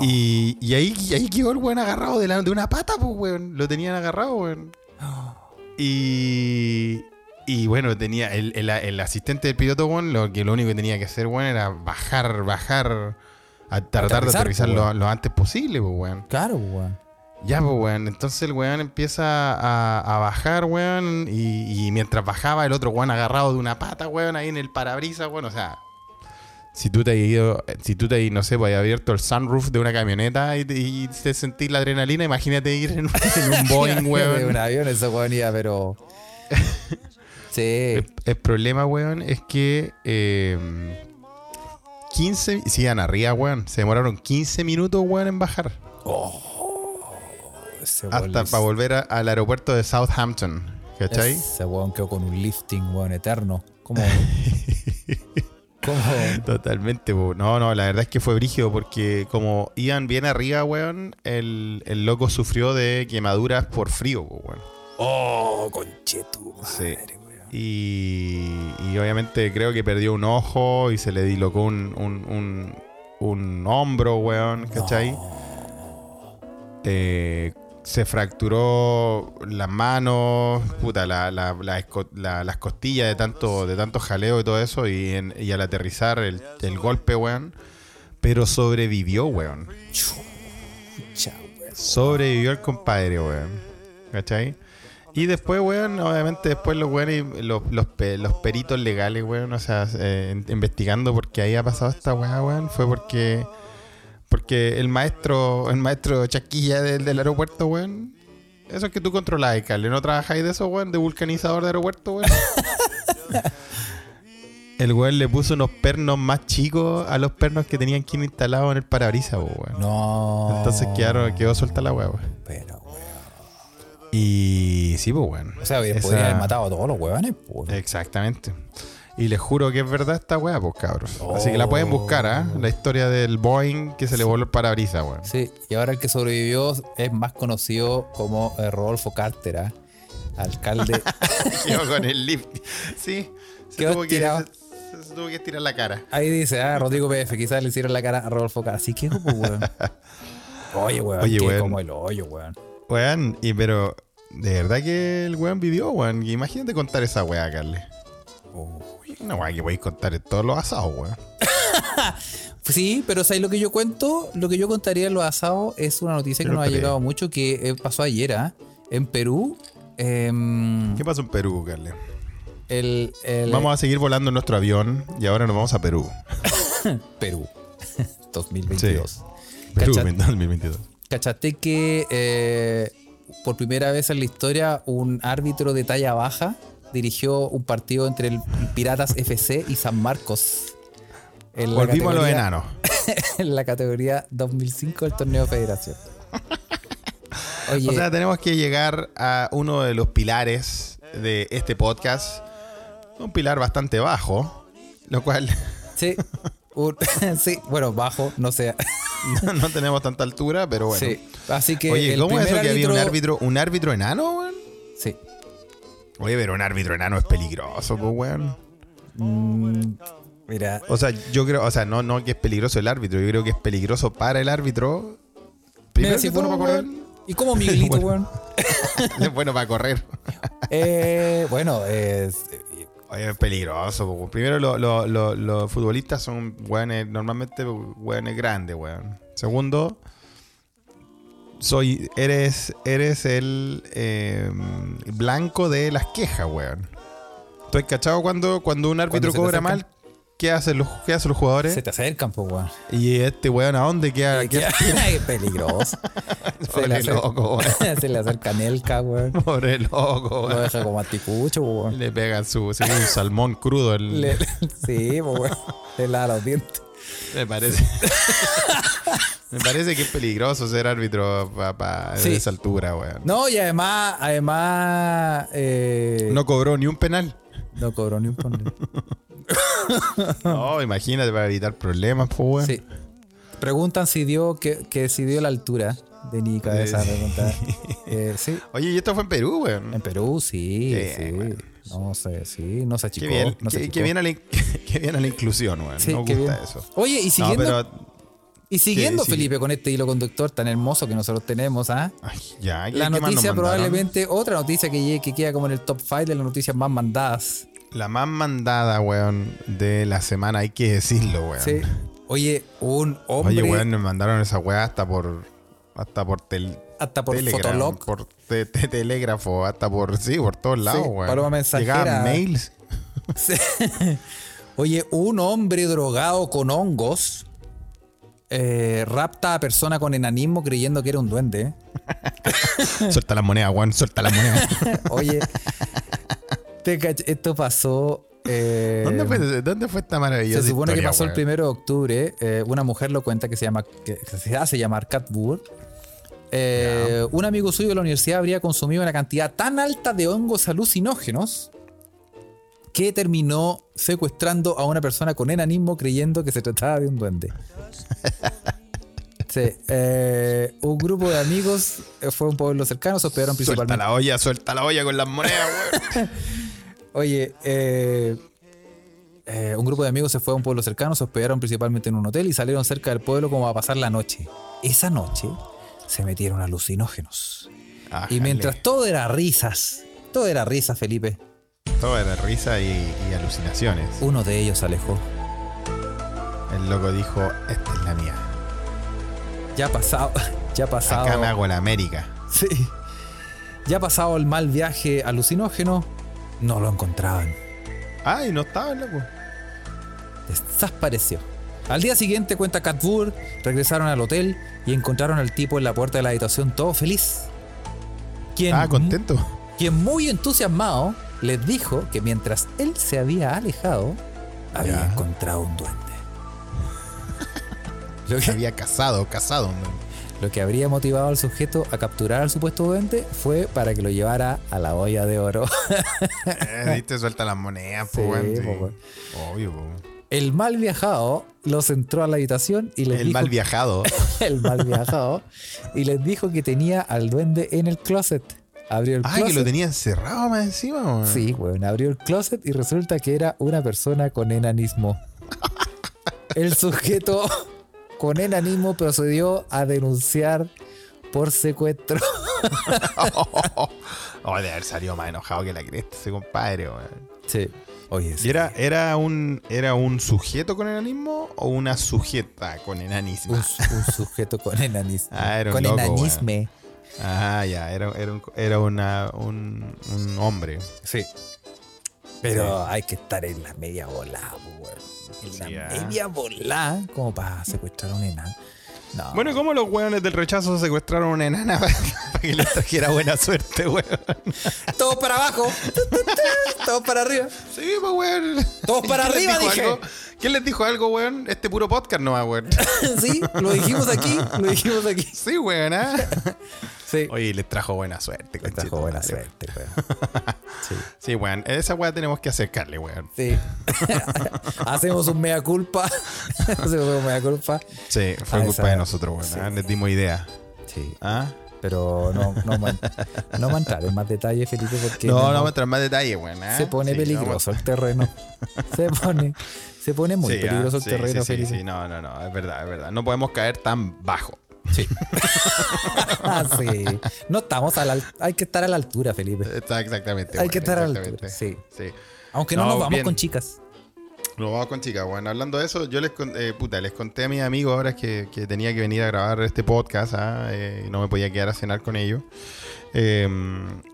Speaker 1: Y, y ahí, y ahí quedó el weón agarrado de, la- de una pata, pues, weón. Lo tenían agarrado, weón.
Speaker 2: Oh.
Speaker 1: Y. Y bueno, tenía el, el- el asistente del piloto, weón, lo, que lo único que tenía que hacer, weón, era bajar, bajar, a tratar de
Speaker 2: Aterrizar,
Speaker 1: aterrizar
Speaker 2: pues,
Speaker 1: lo,
Speaker 2: weón.
Speaker 1: lo antes posible, pues, weón.
Speaker 2: Claro, weón.
Speaker 1: Ya, pues, weón. Entonces el weón empieza a, a bajar, weón. Y, y mientras bajaba, el otro weón agarrado de una pata, weón, ahí en el parabrisas, weón. O sea, si tú te has ido, si tú te has, no sé, pues, has abierto el sunroof de una camioneta y, te- y te sentís la adrenalina, imagínate ir en, (laughs) un- en un
Speaker 2: (laughs)
Speaker 1: Boeing,
Speaker 2: De
Speaker 1: weón.
Speaker 2: un avión, eso, weón, iba,
Speaker 1: (laughs)
Speaker 2: pero. Sí.
Speaker 1: El, el problema, weón, es que eh, 15, si iban arriba, weón. Se demoraron 15 minutos, weón, en bajar.
Speaker 2: Ese weón
Speaker 1: Hasta
Speaker 2: lo-
Speaker 1: para volver a- al aeropuerto de Southampton. ¿Cachai?
Speaker 2: Ese weón quedó con un lifting, weón, eterno.
Speaker 1: (laughs)
Speaker 2: Como. como.
Speaker 1: Totalmente, po. no, no, la verdad es que fue brígido porque como iban bien arriba, weón, el, el loco sufrió de quemaduras por frío, po, weón.
Speaker 2: Oh, conchetu. madre, weón.
Speaker 1: Y, y obviamente creo que perdió un ojo y se le dilocó un, un, un- un hombro, weón, ¿cachai? Eh, se fracturó las manos, puta, la- la- la esco- la- las costillas de tanto, de tanto jaleo y todo eso, y, en- y al aterrizar el, el golpe, weón. Pero sobrevivió, weón.
Speaker 2: Chao, weón.
Speaker 1: Sobrevivió el compadre, weón. ¿Cachai? Y después, weón, obviamente después los weones, los, los, pe- los peritos legales, weón, o sea, eh, en- investigando por qué había pasado esta weá, weón, fue porque porque el maestro, el maestro Chaquilla del, del aeropuerto, weón, eso es que tú controlás, Carle, no trabajáis de eso, weón, de vulcanizador de aeropuerto, weón. (laughs) el weón le puso unos pernos más chicos a los pernos que tenían que ir instalados en el parabrisas, weón.
Speaker 2: No.
Speaker 1: Entonces quedaron, quedó suelta la hueá, weón.
Speaker 2: Pero, weón.
Speaker 1: Y sí, pues, weón.
Speaker 2: O sea,
Speaker 1: Esa- Eh.
Speaker 2: podría haber matado a todos los pues. weones, po.
Speaker 1: Exactamente. Y les juro que es verdad esta weá, pues, cabros.
Speaker 2: Oh.
Speaker 1: Así que la pueden buscar, ¿ah? La historia del Boeing que se le voló el parabrisas, weón. (laughs)
Speaker 2: Sí, y ahora el que sobrevivió es más conocido como eh, Rodolfo Cartera.
Speaker 1: (laughs)
Speaker 2: alcalde.
Speaker 1: Quedó con el lift. Sí, se
Speaker 2: Quedó
Speaker 1: tuvo, que,
Speaker 2: tirado.
Speaker 1: se- se tuvo que estirar la cara.
Speaker 2: Ahí dice, ah, Rodrigo PF, quizás le hicieron la cara a Rodolfo Así que, pues,
Speaker 1: (laughs)
Speaker 2: weón. Oye, weón,
Speaker 1: Oye,
Speaker 2: qué
Speaker 1: weón.
Speaker 2: como el hoyo, weón.
Speaker 1: Weón, y pero de verdad que el weón vivió, weón. Imagínate contar esa weá, Carle. Uy, una weá que podéis contar en todos los asados, weón.
Speaker 2: Sí, pero ¿sabes lo que yo cuento? Lo que yo contaría en los asados es una noticia que
Speaker 1: Yo
Speaker 2: nos ha
Speaker 1: creo.
Speaker 2: llegado mucho que eh, pasó ayer, ¿ah? En Perú, em,
Speaker 1: ¿Qué pasó en Perú, Carle?
Speaker 2: el, el-
Speaker 1: Vamos a seguir volando en nuestro avión y ahora nos vamos a Perú.
Speaker 2: Perú (laughs) 2022.
Speaker 1: Perú,
Speaker 2: Cacha-
Speaker 1: 2022.
Speaker 2: ¿Cachaste que eh, por primera vez en la historia un árbitro de talla baja dirigió un partido entre el Piratas FC y San Marcos? En la
Speaker 1: Volvimos a los
Speaker 2: categoría-
Speaker 1: enanos.
Speaker 2: (laughs) En la categoría 2005 del torneo Federación. Oye,
Speaker 1: O sea, tenemos que llegar a uno de los pilares de este podcast. Un pilar bastante bajo, lo cual (laughs)
Speaker 2: sí, un- (laughs) sí, bueno, bajo, no sé.
Speaker 1: no, no tenemos tanta altura, pero bueno.
Speaker 2: Sí, así que
Speaker 1: Oye,
Speaker 2: el
Speaker 1: ¿cómo es eso
Speaker 2: primer
Speaker 1: que había un árbitro, un árbitro enano, weón?
Speaker 2: Sí.
Speaker 1: Oye, pero un árbitro enano es peligroso, pues, weón.
Speaker 2: Mm, mira,
Speaker 1: O sea, yo creo, o sea, no, no que es peligroso el árbitro, yo creo que es peligroso para el árbitro. Primero
Speaker 2: mira si
Speaker 1: que
Speaker 2: bueno
Speaker 1: todo,
Speaker 2: para correr.
Speaker 1: weón,
Speaker 2: ¿Y cómo
Speaker 1: (laughs)
Speaker 2: Miguelito,
Speaker 1: Bueno.
Speaker 2: weón?
Speaker 1: (laughs) es bueno para correr.
Speaker 2: Eh, bueno, es-
Speaker 1: Oye, es peligroso. po. Primero, lo- lo- lo- los futbolistas son weones, normalmente weones grandes, weón. Segundo, soy, eres, eres el eh, blanco de las quejas, weón. ¿Estoy cachado cuando, cuando un árbitro
Speaker 2: se te
Speaker 1: cobra
Speaker 2: acercan.
Speaker 1: mal? ¿Qué hacen los, qué hacen los jugadores?
Speaker 2: se te acercan, pues, weón.
Speaker 1: ¿Y este weón a dónde queda? ¿Qué hace?
Speaker 2: Es
Speaker 1: (laughs)
Speaker 2: peligroso. se, le
Speaker 1: Pobre loco, weón.
Speaker 2: acerca, (laughs) se le acerca Nelka,
Speaker 1: (laughs)
Speaker 2: weón.
Speaker 1: Pobre loco,
Speaker 2: Lo
Speaker 1: weón.
Speaker 2: deja como anticucho, weón.
Speaker 1: Le pegan su, sí, un salmón crudo. el-
Speaker 2: Le- (laughs) sí, pues, weón. Le lava los dientes.
Speaker 1: Me
Speaker 2: (laughs)
Speaker 1: parece. me parece que es peligroso ser árbitro pa, pa-
Speaker 2: Sí.
Speaker 1: de esa altura, weón. No.
Speaker 2: No, y además, además, eh, no.
Speaker 1: cobró ni un penal.
Speaker 2: (laughs) cobró ni
Speaker 1: (laughs)
Speaker 2: un penal.
Speaker 1: No, imagínate para evitar problemas, pues, weón.
Speaker 2: Sí. Preguntan si dio, que, que si dio la altura de Nica,
Speaker 1: Eh,
Speaker 2: esa
Speaker 1: sí. (laughs)
Speaker 2: pregunta. Eh, sí,
Speaker 1: Oye, y esto fue en Perú, weón.
Speaker 2: en Perú, sí,
Speaker 1: Sí,
Speaker 2: sí.
Speaker 1: bueno.
Speaker 2: No sé, sí, no se achicó.
Speaker 1: Qué bien,
Speaker 2: no se
Speaker 1: qué,
Speaker 2: achicó.
Speaker 1: qué bien a la, in- (laughs) qué bien a la inclusión, weón.
Speaker 2: Sí,
Speaker 1: no
Speaker 2: qué
Speaker 1: gusta
Speaker 2: bien.
Speaker 1: eso.
Speaker 2: Oye, y
Speaker 1: No,
Speaker 2: siguiendo,
Speaker 1: pero.
Speaker 2: y siguiendo
Speaker 1: sí.
Speaker 2: Felipe, con este hilo conductor tan hermoso que nosotros tenemos, ¿ah?
Speaker 1: ay, ya, ¿qué-
Speaker 2: La
Speaker 1: qué más nos
Speaker 2: noticia
Speaker 1: mandaron?
Speaker 2: probablemente, otra noticia que, llegue- que queda como en el top 5 de las noticias más mandadas.
Speaker 1: La más mandada, weón, de la semana, hay que decirlo, weón.
Speaker 2: Sí. Oye, un hombre
Speaker 1: Oye, weón, me mandaron esa weá hasta por. Hasta por tel,
Speaker 2: hasta por
Speaker 1: Telegram,
Speaker 2: Fotolog.
Speaker 1: por te- te- telégrafo, hasta por sí, por todos lados, weón.
Speaker 2: paloma mensajera.
Speaker 1: Llegaban
Speaker 2: (laughs)
Speaker 1: mails.
Speaker 2: Sí. Oye, un hombre drogado con hongos eh, rapta a persona con enanismo creyendo que era un duende.
Speaker 1: Suelta la moneda, weón, suelta la
Speaker 2: (laughs)
Speaker 1: moneda. (laughs)
Speaker 2: Oye, te cach- esto pasó. eh,
Speaker 1: ¿Dónde, fue, ¿Dónde fue esta maravillosa
Speaker 2: Se supone que
Speaker 1: historia,
Speaker 2: pasó el
Speaker 1: weón?
Speaker 2: primero de octubre. eh, una mujer lo cuenta que se llama que se hace llamar Cat Wood. Eh, Un amigo suyo de la universidad habría consumido una cantidad tan alta de hongos alucinógenos que terminó secuestrando a una persona con enanismo creyendo que se trataba de un
Speaker 1: (laughs)
Speaker 2: duende. Sí, eh, un grupo de amigos eh, fue a un pueblo cercano, se hospedaron
Speaker 1: Suelta
Speaker 2: principalmente.
Speaker 1: la olla, suelta la olla con las monedas, weón.
Speaker 2: Oye, eh, eh, un grupo de amigos se fue a un pueblo cercano, se hospedaron principalmente en un hotel y salieron cerca del pueblo como a pasar la noche. Esa noche se metieron alucinógenos.
Speaker 1: Ájale.
Speaker 2: (laughs) Y mientras todo era risas, todo era risas, Felipe,
Speaker 1: Todo era risa y, y alucinaciones.
Speaker 2: uno de ellos se alejó.
Speaker 1: El loco dijo, esta es la mía.
Speaker 2: Ya pasado, (laughs) ya pasado.
Speaker 1: Acá me hago la América.
Speaker 2: Sí. Ya pasado el mal viaje alucinógeno, no lo encontraban.
Speaker 1: Ay, no estaba el loco.
Speaker 2: desapareció. Al día siguiente, cuenta Catwood, regresaron al hotel y encontraron al tipo en la puerta de la habitación todo feliz. Quien,
Speaker 1: Estaba contento.
Speaker 2: (laughs) quien muy entusiasmado les dijo que mientras él se había alejado, había
Speaker 1: Ya.
Speaker 2: encontrado un
Speaker 1: (laughs)
Speaker 2: duende. Lo
Speaker 1: Se
Speaker 2: que,
Speaker 1: había casado, casado. man.
Speaker 2: (laughs)
Speaker 1: (laughs)
Speaker 2: lo que habría motivado al sujeto a capturar al supuesto duende fue para que lo llevara a la olla de oro. (laughs)
Speaker 1: Eh, Diste suelta las monedas,
Speaker 2: Sí,
Speaker 1: pues, weón.
Speaker 2: po, weón.
Speaker 1: sí. Obvio, po, weón.
Speaker 2: El mal viajado los entró a la habitación y les
Speaker 1: El
Speaker 2: dijo
Speaker 1: mal
Speaker 2: (laughs)
Speaker 1: viajado.
Speaker 2: el mal viajado, y les dijo que tenía al duende en el closet. Abrió el
Speaker 1: Ah,
Speaker 2: closet.
Speaker 1: que lo tenía encerrado más encima, weón.
Speaker 2: Sí, weón. Abrió el closet y resulta que era una persona con enanismo.
Speaker 1: (laughs)
Speaker 2: El sujeto con enanismo procedió a denunciar por secuestro.
Speaker 1: (laughs) Oh, de haber salido más enojado que la cresta ese compadre, weón.
Speaker 2: Sí. Oye,
Speaker 1: ¿Y era, era, un, era un sujeto con enanismo o una sujeta con enanismo?
Speaker 2: un, un sujeto con enanismo.
Speaker 1: Ah, era un
Speaker 2: con
Speaker 1: loco, weón.
Speaker 2: enanisme.
Speaker 1: Ajá, Ah, ya, era, era, un, era una, un, un hombre.
Speaker 2: Sí. Pero hay que estar en la media volada, weón. En la
Speaker 1: Sí, ah.
Speaker 2: media volada, como para secuestrar a un enano. No. (laughs)
Speaker 1: Bueno, ¿y ¿cómo los weones del rechazo secuestraron a una enana (laughs) para, que les trajera buena suerte, weón?
Speaker 2: todos para abajo, (laughs) todos para arriba. (laughs)
Speaker 1: Sí, pues, weón.
Speaker 2: Todos para
Speaker 1: ¿Quién les
Speaker 2: arriba,
Speaker 1: dijo
Speaker 2: dije.
Speaker 1: algo? ¿Quién les dijo algo, weón? Este puro podcast no va,
Speaker 2: (laughs)
Speaker 1: weón.
Speaker 2: Sí, lo dijimos aquí, lo dijimos aquí.
Speaker 1: Sí, weón,
Speaker 2: (laughs)
Speaker 1: ¿ah?
Speaker 2: Sí.
Speaker 1: Oye, pues. les trajo buena suerte,
Speaker 2: Les trajo
Speaker 1: conchetumare,
Speaker 2: buena
Speaker 1: weón.
Speaker 2: suerte, weón.
Speaker 1: (laughs)
Speaker 2: Sí.
Speaker 1: Sí, weón. Esa weá tenemos que acercarle, weón.
Speaker 2: Sí. (laughs) Hacemos un mea culpa. (laughs) Hacemos un mea culpa.
Speaker 1: Sí, fue
Speaker 2: Ah,
Speaker 1: culpa
Speaker 2: esa-
Speaker 1: de nosotros, weón.
Speaker 2: sí.
Speaker 1: ¿ah? Les dimos idea.
Speaker 2: Sí.
Speaker 1: ¿Ah?
Speaker 2: Pero no, no, man- no va a entrar en más detalle, Felipe, porque
Speaker 1: No, no vamos a entrar en más detalle, weón. ¿ah?
Speaker 2: se pone
Speaker 1: Sí, no vamos-
Speaker 2: peligroso el terreno. Se pone, se pone muy
Speaker 1: Sí, ¿ah?
Speaker 2: peligroso el
Speaker 1: Sí,
Speaker 2: terreno,
Speaker 1: sí, sí,
Speaker 2: Felipe.
Speaker 1: sí, no, no, no, es verdad, es verdad. No podemos caer tan bajo.
Speaker 2: Sí. (laughs) Ah, sí. No estamos a la al- hay que estar a la altura, Felipe.
Speaker 1: Está exactamente.
Speaker 2: Hay
Speaker 1: weón,
Speaker 2: que estar a la
Speaker 1: exactamente.
Speaker 2: altura, sí.
Speaker 1: Sí.
Speaker 2: Aunque no,
Speaker 1: No,
Speaker 2: nos vamos
Speaker 1: bien.
Speaker 2: con chicas.
Speaker 1: Nos vamos con chicas, bueno, hablando de eso, yo les, con- eh, puta, les conté a mis amigos ahora que, que tenía que venir a grabar este podcast, ¿ah? Eh, y no me podía quedar a cenar con ellos. Eh,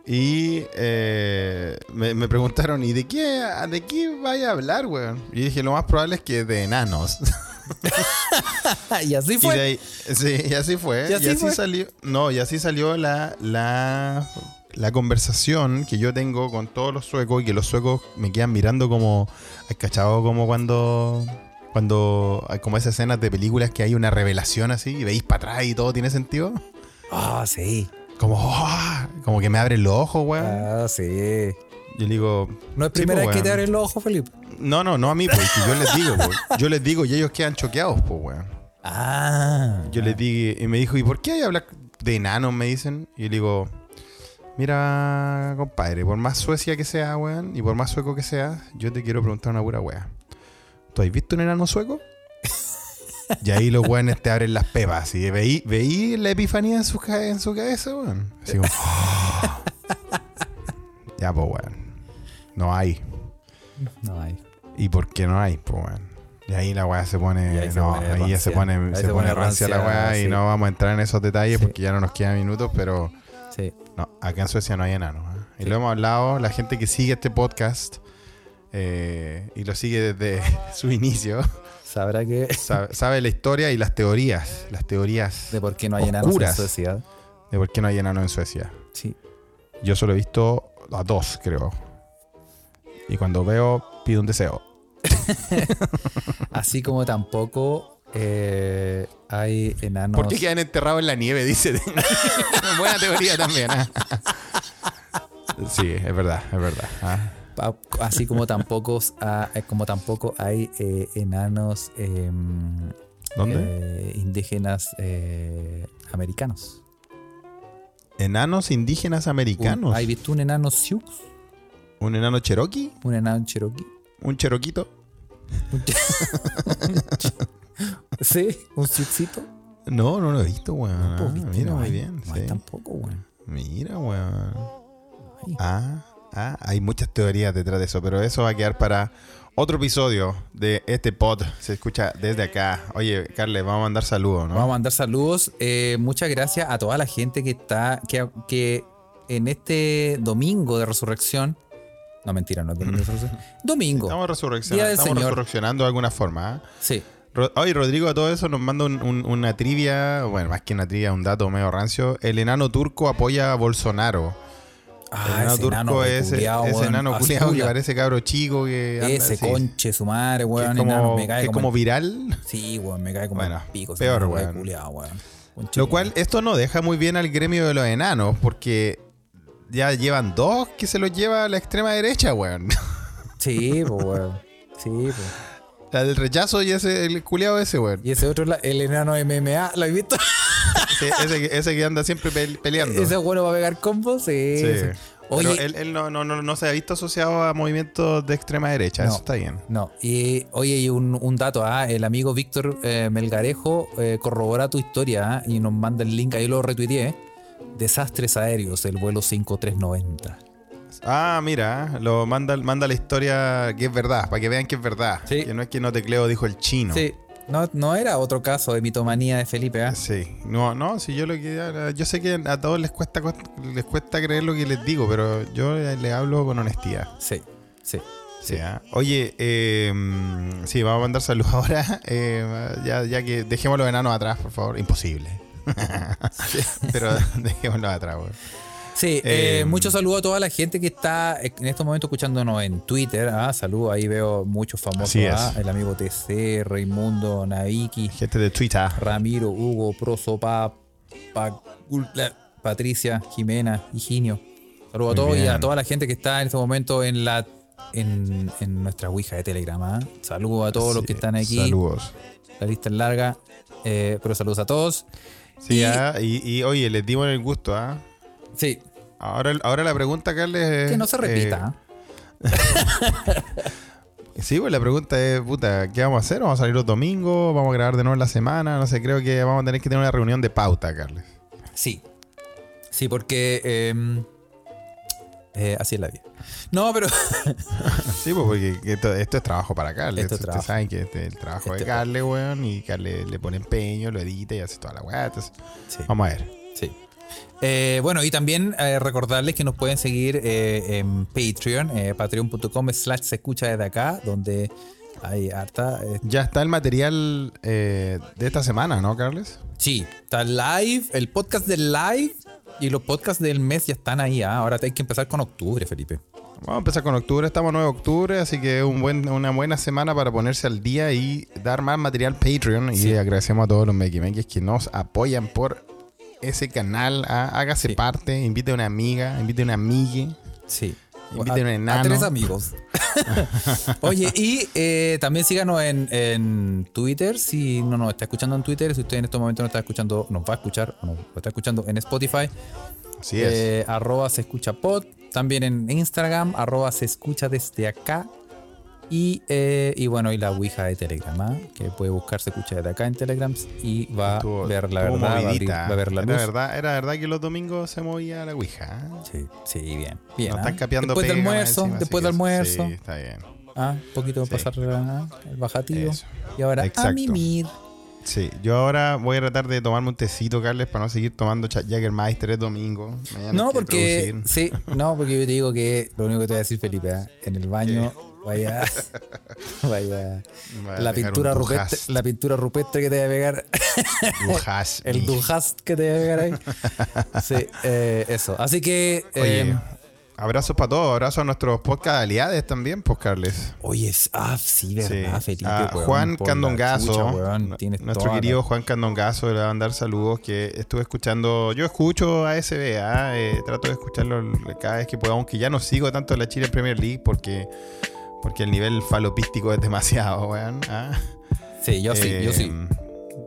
Speaker 1: y eh, me, me preguntaron, ¿y de qué, de qué vaya a hablar, weón? Y dije, lo más probable es que de enanos.
Speaker 2: y así
Speaker 1: Y, de
Speaker 2: fue.
Speaker 1: ahí- sí, y así fue.
Speaker 2: Y
Speaker 1: Y
Speaker 2: así
Speaker 1: así,
Speaker 2: fue.
Speaker 1: salió. No, y así salió la, la, la conversación que yo tengo con todos los suecos y que los suecos me quedan mirando como. ¿Has cachado? Como cuando. Cuando. hay Como esas escenas de películas que hay una revelación así y veis para atrás y todo tiene sentido.
Speaker 2: Ah, sí.
Speaker 1: Como. "Ah", como que me abren los ojos, weón.
Speaker 2: Ah, sí.
Speaker 1: Yo le digo.
Speaker 2: No es
Speaker 1: "Sí,
Speaker 2: primera
Speaker 1: po,
Speaker 2: vez que te
Speaker 1: weón".
Speaker 2: abren los ojos, Felipe.
Speaker 1: No, no, no a mí, pues. Yo les digo, pues. Yo les digo y ellos quedan choqueados, pues, weón.
Speaker 2: Ah.
Speaker 1: Yo le dije, y me dijo, ¿y por qué hay que hablar de enanos? Me dicen. Y yo le digo, mira, compadre, por más Suecia que sea, weón, y por más sueco que sea, yo te quiero preguntar una pura wea. ¿Tú has visto un enano sueco? (laughs) y ahí los weones te abren las pepas. Y veí, veí la epifanía en su, ca- en su cabeza, weón. Así como, (laughs) "Oh". ya, pues, weón. No hay.
Speaker 2: No hay.
Speaker 1: ¿Y por qué no hay? Pues, weón? Y ahí la weá se
Speaker 2: Y
Speaker 1: pone.
Speaker 2: ahí se
Speaker 1: no,
Speaker 2: pone
Speaker 1: ahí ya se
Speaker 2: rancia.
Speaker 1: pone,
Speaker 2: Ahí
Speaker 1: se
Speaker 2: se
Speaker 1: pone
Speaker 2: pone
Speaker 1: rancia la
Speaker 2: rancia,
Speaker 1: weá y
Speaker 2: sí.
Speaker 1: no vamos a entrar en esos detalles
Speaker 2: Sí.
Speaker 1: porque ya no nos quedan minutos, pero
Speaker 2: Sí.
Speaker 1: no, acá en Suecia no hay enanos. ¿eh? Y
Speaker 2: Sí.
Speaker 1: lo hemos hablado, la gente que sigue este podcast eh, y lo sigue desde (laughs) su inicio
Speaker 2: Sabrá que (laughs)
Speaker 1: sabe, sabe la historia y las teorías, las teorías
Speaker 2: de por qué no hay enanos en la
Speaker 1: Oscuras.
Speaker 2: sociedad.
Speaker 1: de por qué no hay enanos en Suecia.
Speaker 2: Sí.
Speaker 1: Yo solo he visto a dos, creo. Y cuando veo, pido un deseo.
Speaker 2: Así como tampoco eh, hay enanos.
Speaker 1: ¿Por qué quedan enterrados en la nieve? Dice. (laughs) Buena teoría también. ah. Sí, es verdad, es verdad. ah.
Speaker 2: pa- Así como tampoco, ah, eh, como tampoco hay eh, enanos em,
Speaker 1: ¿Dónde?
Speaker 2: eh, indígenas eh, americanos.
Speaker 1: Enanos indígenas americanos.
Speaker 2: Un- ¿Hay visto un enano Sioux?
Speaker 1: ¿Un enano cherokee?
Speaker 2: ¿Un enano Cherokee? (laughs)
Speaker 1: ¿Un cheroquito?
Speaker 2: Un che- sí, un Siouxito.
Speaker 1: No, no lo he visto, weón.
Speaker 2: No,
Speaker 1: Ah,
Speaker 2: pues, viste,
Speaker 1: mira,
Speaker 2: no
Speaker 1: muy
Speaker 2: hay-
Speaker 1: bien.
Speaker 2: No hay
Speaker 1: sí.
Speaker 2: tampoco, weón.
Speaker 1: Mira, weón.
Speaker 2: Ay.
Speaker 1: Ah, ah, hay muchas teorías detrás de eso, pero eso va a quedar para otro episodio de este pod. Se escucha desde acá. Oye, Carles, vamos a mandar saludos, ¿no?
Speaker 2: Vamos a mandar saludos. Eh, muchas gracias a toda la gente que está, que, que en este domingo de resurrección. No, mentira, no es domingo de resurrección. Domingo.
Speaker 1: Mm. Estamos, resurrecciona-
Speaker 2: Día del
Speaker 1: estamos
Speaker 2: Señor.
Speaker 1: resurreccionando de alguna forma. ¿ah?
Speaker 2: Sí.
Speaker 1: Ro- Oye, Rodrigo, a todo eso nos manda un- un- una trivia, bueno, más que una trivia, un dato medio rancio. El enano turco apoya a Bolsonaro. El
Speaker 2: Ah,
Speaker 1: enano turco es ese
Speaker 2: reculeado,
Speaker 1: ese
Speaker 2: weón.
Speaker 1: enano
Speaker 2: Azul,
Speaker 1: culiado que
Speaker 2: la-
Speaker 1: parece cabro chico que anda
Speaker 2: Ese
Speaker 1: así,
Speaker 2: conche, su madre,
Speaker 1: que es
Speaker 2: weón.
Speaker 1: como,
Speaker 2: enano, me
Speaker 1: que
Speaker 2: cae
Speaker 1: es
Speaker 2: como.
Speaker 1: como viral.
Speaker 2: sí, weón, me cae como
Speaker 1: Bueno,
Speaker 2: el pico.
Speaker 1: peor,
Speaker 2: ese enano
Speaker 1: weón.
Speaker 2: culiao, weón. Conche
Speaker 1: Lo
Speaker 2: tu
Speaker 1: cual,
Speaker 2: madre.
Speaker 1: esto no deja muy bien al gremio de los enanos, porque ya llevan dos que se los lleva a la extrema derecha, weón. (laughs)
Speaker 2: Sí, pues, weón. Sí, pues.
Speaker 1: La del rechazo y ese, el culiado ese, weón.
Speaker 2: Y ese otro, la- el enano MMA, ¿lo has visto?
Speaker 1: Sí, ese, ese que anda siempre pel- peleando.
Speaker 2: (laughs) Ese bueno va a pegar combos, sí.
Speaker 1: Sí.
Speaker 2: sí.
Speaker 1: Pero
Speaker 2: Oye,
Speaker 1: él, él no, no, no, no se ha visto asociado a movimientos de extrema derecha.
Speaker 2: No.
Speaker 1: Eso está bien.
Speaker 2: No, y oye, y un, un dato, ah, el amigo Víctor eh, Melgarejo eh, corrobora tu historia ah, y nos manda el link, ahí lo retuiteé. ¿eh? Desastres aéreos, el vuelo 5390.
Speaker 1: Ah, mira, lo manda, manda la historia que es verdad, para que vean que es verdad.
Speaker 2: Sí.
Speaker 1: Que no es que no tecleo, dijo el chino.
Speaker 2: Sí, no, no era otro caso de mitomanía de Felipe, ¿ah?
Speaker 1: Sí. No, no, si yo lo que yo sé que a todos les cuesta les cuesta creer lo que les digo, pero yo les hablo con honestidad.
Speaker 2: Sí, sí.
Speaker 1: Sí, ah. Oye, eh, mm, sí, vamos a mandar saludos (laughs) ahora. eh, ya, ya que dejemos los enanos atrás, por favor. Imposible. (laughs) Pero dejémoslos atrás, güey.
Speaker 2: Sí, eh,
Speaker 1: Eh,
Speaker 2: mucho saludo a toda la gente que está en estos momentos escuchándonos en Twitter. Ah, saludo, ahí veo muchos famosos.
Speaker 1: Así es.
Speaker 2: ah, el amigo TC, Raimundo, Naviki,
Speaker 1: Gente de Twitter.
Speaker 2: Ramiro, Hugo, Proso, Pa, Pa- Ul- la- Patricia, Jimena, Higinio. Saludos a
Speaker 1: Muy
Speaker 2: todos y a
Speaker 1: bien.
Speaker 2: toda la gente que está en este momento en la en, en nuestra Ouija de Telegram. ¿ah? Saludos a todos los
Speaker 1: Sí,
Speaker 2: que están aquí.
Speaker 1: Saludos.
Speaker 2: La lista es larga, eh, pero saludos a todos.
Speaker 1: Sí,
Speaker 2: Y-
Speaker 1: ah, y, y, oye, les dimos el gusto, ¿ah?
Speaker 2: Sí,
Speaker 1: Ahora, ahora la pregunta, Carles. es,
Speaker 2: que no se
Speaker 1: eh,
Speaker 2: repita. ¿ah?
Speaker 1: Sí, pues la pregunta es, puta, ¿qué vamos a hacer? ¿Vamos a salir los domingos? ¿Vamos a grabar de nuevo en la semana? No sé, creo que vamos a tener que tener una reunión de pauta, Carles.
Speaker 2: Sí. Sí, porque eh, eh, así es la vida. No, pero (laughs)
Speaker 1: Sí, pues porque esto, esto es trabajo para Carles.
Speaker 2: Esto es
Speaker 1: Ustedes
Speaker 2: trabajo.
Speaker 1: saben que este es el trabajo de
Speaker 2: Este-
Speaker 1: Carles, weón, y Carles le pone empeño, lo edita y hace toda la weá. Entonces,
Speaker 2: sí.
Speaker 1: vamos a ver.
Speaker 2: Sí. Eh, bueno, y también eh, recordarles que nos pueden seguir eh, en Patreon, eh, patreon.com slash se escucha desde acá, donde hay harta... eh,
Speaker 1: Ya está el material eh, de esta semana, ¿no, Carles?
Speaker 2: sí, está live, el podcast del live y los podcasts del mes ya están ahí. ah. Ahora hay que empezar con octubre, Felipe.
Speaker 1: Vamos a empezar con octubre, estamos 9 de octubre, así que es un buen, una buena semana para ponerse al día y dar más material Patreon.
Speaker 2: Sí.
Speaker 1: Y agradecemos a todos los mequimeques que nos apoyan por ese canal. Ah, hágase
Speaker 2: Sí.
Speaker 1: parte, invite a una amiga, invite a una amigue.
Speaker 2: Sí.
Speaker 1: Inviten
Speaker 2: a,
Speaker 1: un enano.
Speaker 2: a tres amigos. (laughs) Oye, y eh, también síganos en, en Twitter. Si no nos está escuchando en Twitter, si usted en estos momentos no está escuchando, nos va a escuchar, o nos lo está escuchando en Spotify.
Speaker 1: Así es.
Speaker 2: Eh, arroba se escucha pod. También en Instagram, arroba se escucha desde acá. Y, eh, y bueno, y la Ouija de Telegram, ¿ah? que puede buscar se escucha desde acá en Telegram y va
Speaker 1: Estuvo-
Speaker 2: a ver la
Speaker 1: estuvo
Speaker 2: verdad, va a, abrir-
Speaker 1: movidita.
Speaker 2: va a ver la
Speaker 1: era
Speaker 2: luz.
Speaker 1: verdad, era verdad que los domingos se movía la ouija. ¿eh?
Speaker 2: Sí, sí, bien. bien
Speaker 1: Nos
Speaker 2: ¿ah?
Speaker 1: están capeando
Speaker 2: después del
Speaker 1: pega, más
Speaker 2: almuerzo,
Speaker 1: encima,
Speaker 2: después
Speaker 1: así
Speaker 2: del
Speaker 1: que eso-
Speaker 2: almuerzo.
Speaker 1: Sí, está bien.
Speaker 2: Ah, un poquito
Speaker 1: Sí.
Speaker 2: pasar la- el bajativo.
Speaker 1: Eso.
Speaker 2: Y ahora
Speaker 1: Exacto.
Speaker 2: a mimir.
Speaker 1: Sí, yo ahora voy a tratar de tomarme un tecito, Carles, para no seguir tomando Ch- Jägermeister es domingo. Mañana hay
Speaker 2: No,
Speaker 1: que
Speaker 2: porque.
Speaker 1: producir.
Speaker 2: Sí, no, porque yo te digo que lo único que te voy a decir, Felipe, ¿ah? en el baño,
Speaker 1: (laughs)
Speaker 2: vaya. Vaya.
Speaker 1: Me va a
Speaker 2: La
Speaker 1: pegar
Speaker 2: pintura,
Speaker 1: un
Speaker 2: rupestre,
Speaker 1: dujas,
Speaker 2: la pintura rupestre que te va a pegar.
Speaker 1: dujas,
Speaker 2: El
Speaker 1: mi-
Speaker 2: dujast que te va a pegar ahí.
Speaker 1: (laughs)
Speaker 2: Sí, eh, eso. Así que.
Speaker 1: Oye,
Speaker 2: eh,
Speaker 1: abrazos para todos, abrazos a nuestros podcast aliades también, pues, Carles.
Speaker 2: Oye, es- ah, sí, verdad,
Speaker 1: Sí.
Speaker 2: Felipe.
Speaker 1: A
Speaker 2: weón,
Speaker 1: Juan
Speaker 2: por la
Speaker 1: Candongazo,
Speaker 2: chucha, weón, tienes
Speaker 1: nuestro
Speaker 2: toda la-
Speaker 1: querido Juan Candongazo, le va a mandar saludos que estuve escuchando, yo escucho a SBA, trato de escucharlo l- cada vez que pueda, aunque ya no sigo tanto la Chile Premier League porque, porque el nivel falopístico es demasiado, weón. ah.
Speaker 2: Sí, yo sí, yo
Speaker 1: Eh,
Speaker 2: sí.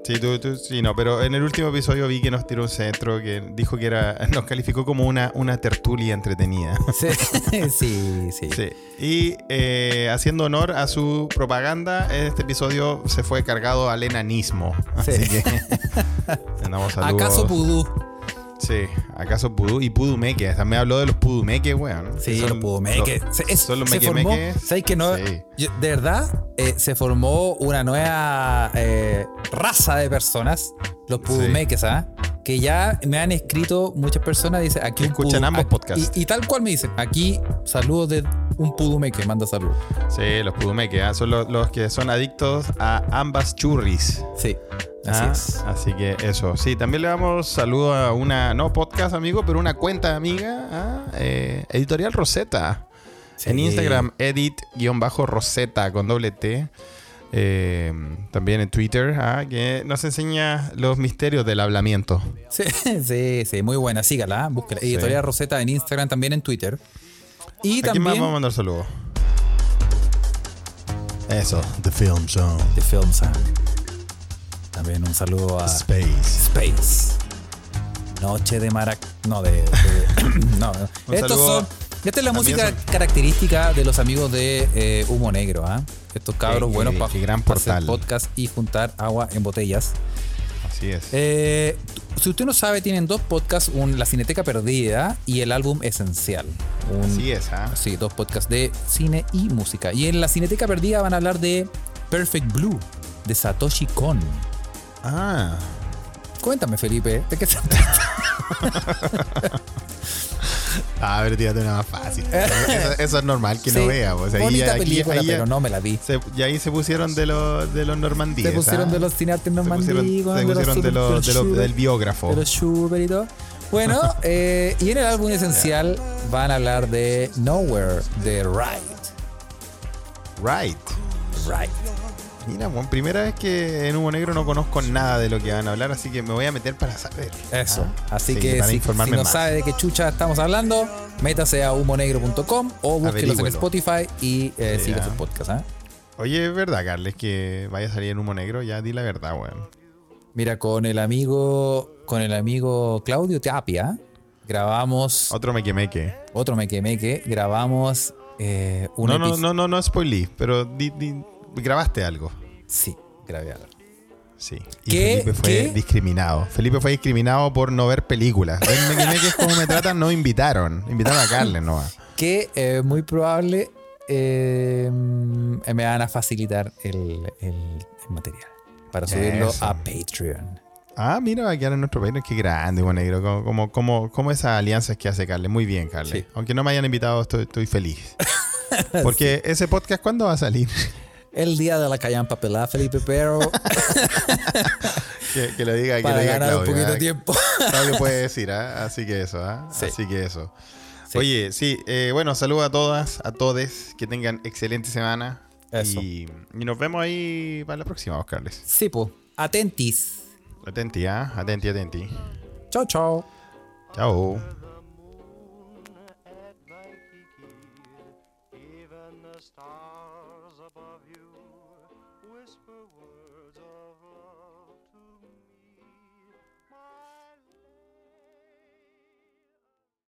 Speaker 1: Sí, tú, tú- sí, no, pero en el último episodio vi que nos tiró un centro, que dijo que era, nos calificó como una, una tertulia entretenida.
Speaker 2: (laughs) Sí, sí, sí.
Speaker 1: Sí. Y eh, haciendo honor a su propaganda, este episodio se fue cargado al enanismo.
Speaker 2: Sí.
Speaker 1: Así que (laughs) mandamos saludos.
Speaker 2: ¿Acaso Pudú?
Speaker 1: Sí, acaso Pudú y Pudumeque. También habló de los Pudumeque, weón.
Speaker 2: Sí,
Speaker 1: Son-
Speaker 2: los Pudumeque.
Speaker 1: lo-
Speaker 2: Se- es-
Speaker 1: son los
Speaker 2: se formó-
Speaker 1: mequemeques.
Speaker 2: ¿Sabes que no?
Speaker 1: Sí.
Speaker 2: yo- de verdad, eh, se formó una nueva eh, raza de personas, los Pudumeques, ¿ah? Que ya me han escrito muchas personas, dice aquí un
Speaker 1: Escuchan
Speaker 2: pudu-
Speaker 1: ambos
Speaker 2: aquí-
Speaker 1: podcasts.
Speaker 2: Y, y tal cual me dicen, aquí saludos de un Pudumeque, manda saludos.
Speaker 1: Sí, los Pudumeque. ah, Son los, los que son adictos a ambas churris.
Speaker 2: Sí, así
Speaker 1: Ah,
Speaker 2: es.
Speaker 1: Así que eso. Sí, también le damos saludo a una, no podcast amigo, pero una cuenta amiga, ah, eh, Editorial Rosetta.
Speaker 2: Sí.
Speaker 1: En Instagram, edit-roseta con doble T. Eh, también en Twitter, ah, que nos enseña los misterios del hablamiento.
Speaker 2: (laughs) Sí, sí, sí, muy buena, sígala, ¿ah? búscala.
Speaker 1: Sí.
Speaker 2: Editorial Rosetta en Instagram, también en Twitter. Y
Speaker 1: ¿A quién más
Speaker 2: también
Speaker 1: vamos a mandar saludos? Eso, The Film Zone,
Speaker 2: The Film Sound. También ¿ah? un saludo a
Speaker 1: Space,
Speaker 2: Space. Noche de Marac. No, de. (coughs) de- no, no.
Speaker 1: Un
Speaker 2: Estos
Speaker 1: saludo
Speaker 2: son- esta es la
Speaker 1: a
Speaker 2: música
Speaker 1: Mieso.
Speaker 2: característica de los amigos de eh, Humo Negro, ¿ah? Estos cabros
Speaker 1: Qué-
Speaker 2: buenos
Speaker 1: qué
Speaker 2: para
Speaker 1: gran portal.
Speaker 2: hacer podcast y juntar agua en botellas.
Speaker 1: Así es.
Speaker 2: Eh, si usted no sabe, tienen dos podcasts, un La Cineteca Perdida y el álbum Esencial. Un-
Speaker 1: Así es, ¿ah?
Speaker 2: Sí, dos podcasts de cine y música. Y en La Cineteca Perdida van a hablar de Perfect Blue, de Satoshi Kon.
Speaker 1: Ah,
Speaker 2: Cuéntame, Felipe, ¿de qué se
Speaker 1: Ah, a ver, tírate una más
Speaker 2: (laughs)
Speaker 1: fácil. Eso, eso es normal que
Speaker 2: Sí,
Speaker 1: no vea. pues, ahí
Speaker 2: bonita
Speaker 1: ya- aquí-
Speaker 2: película,
Speaker 1: ahí ya-
Speaker 2: pero no me la vi.
Speaker 1: se- y ahí se pusieron de los, de los normandíes.
Speaker 2: Se pusieron
Speaker 1: ¿ah?
Speaker 2: de los cineartes
Speaker 1: Se
Speaker 2: normandí,
Speaker 1: pusieron, se
Speaker 2: weón,
Speaker 1: pusieron de los, de los- del biógrafo.
Speaker 2: de los Schubert y todo.
Speaker 1: (laughs)
Speaker 2: Bueno, eh, y en el álbum esencial van a hablar de Nowhere, de Right.
Speaker 1: Right.
Speaker 2: Right.
Speaker 1: Mira, bueno, primera vez que en Humo Negro no conozco nada de lo que van a hablar, así que me voy a meter para saber.
Speaker 2: Eso.
Speaker 1: Ah,
Speaker 2: Así
Speaker 1: sí,
Speaker 2: que
Speaker 1: para
Speaker 2: si,
Speaker 1: informarme
Speaker 2: si no
Speaker 1: más.
Speaker 2: sabe de qué chucha estamos hablando, métase a humonegro.com o búsquelos en
Speaker 1: Averígüelo.
Speaker 2: Spotify y eh,
Speaker 1: Sí,
Speaker 2: siga
Speaker 1: ya.
Speaker 2: sus podcasts. ¿ah?
Speaker 1: Oye, es verdad, Carles, que vaya a salir en Humo Negro, ya di la verdad, weón.
Speaker 2: Mira, con el amigo, con el amigo Claudio Tapia, grabamos
Speaker 1: Otro me que
Speaker 2: otro mequemeque, grabamos eh, un
Speaker 1: No, no,
Speaker 2: episodio-
Speaker 1: no, no, no spoilí, pero di- di- grabaste algo.
Speaker 2: Sí, grabé algo.
Speaker 1: Sí. Y
Speaker 2: ¿Qué?
Speaker 1: Felipe fue
Speaker 2: ¿Qué?
Speaker 1: discriminado. Felipe fue discriminado por no ver películas. Ven, me- me- que es como me tratan, no invitaron. Invitaron a Carles nomás.
Speaker 2: Que eh, muy probable eh, me van a facilitar el, el- el material para subirlo
Speaker 1: Eso.
Speaker 2: a Patreon.
Speaker 1: Ah, mira, va a quedar en nuestro país. Qué grande, Humo Negro. Como, como, como, como esas alianzas que hace Carles. Muy bien, Carles.
Speaker 2: Sí.
Speaker 1: Aunque no me hayan invitado, estoy, estoy
Speaker 2: (laughs)
Speaker 1: feliz. Porque ese podcast, ¿cuándo va a salir? (laughs)
Speaker 2: El día de la callampa pelada, Felipe, pero
Speaker 1: que, que lo diga, que
Speaker 2: para
Speaker 1: lo diga
Speaker 2: ganar un
Speaker 1: Claudio,
Speaker 2: poquito de
Speaker 1: ¿ah?
Speaker 2: tiempo. (laughs)
Speaker 1: Claudio puede decir, ¿ah? Así que eso, ¿ah?
Speaker 2: Sí.
Speaker 1: Así que eso.
Speaker 2: Sí.
Speaker 1: Oye, sí, eh, bueno, saludo a todas, a todes, que tengan excelente semana.
Speaker 2: Eso.
Speaker 1: Y, y nos vemos ahí para la próxima, Oscarles.
Speaker 2: Sí, po. Atentis.
Speaker 1: Atenti, ¿ah? Atenti, atenti.
Speaker 2: Chao, chao.
Speaker 1: Chao.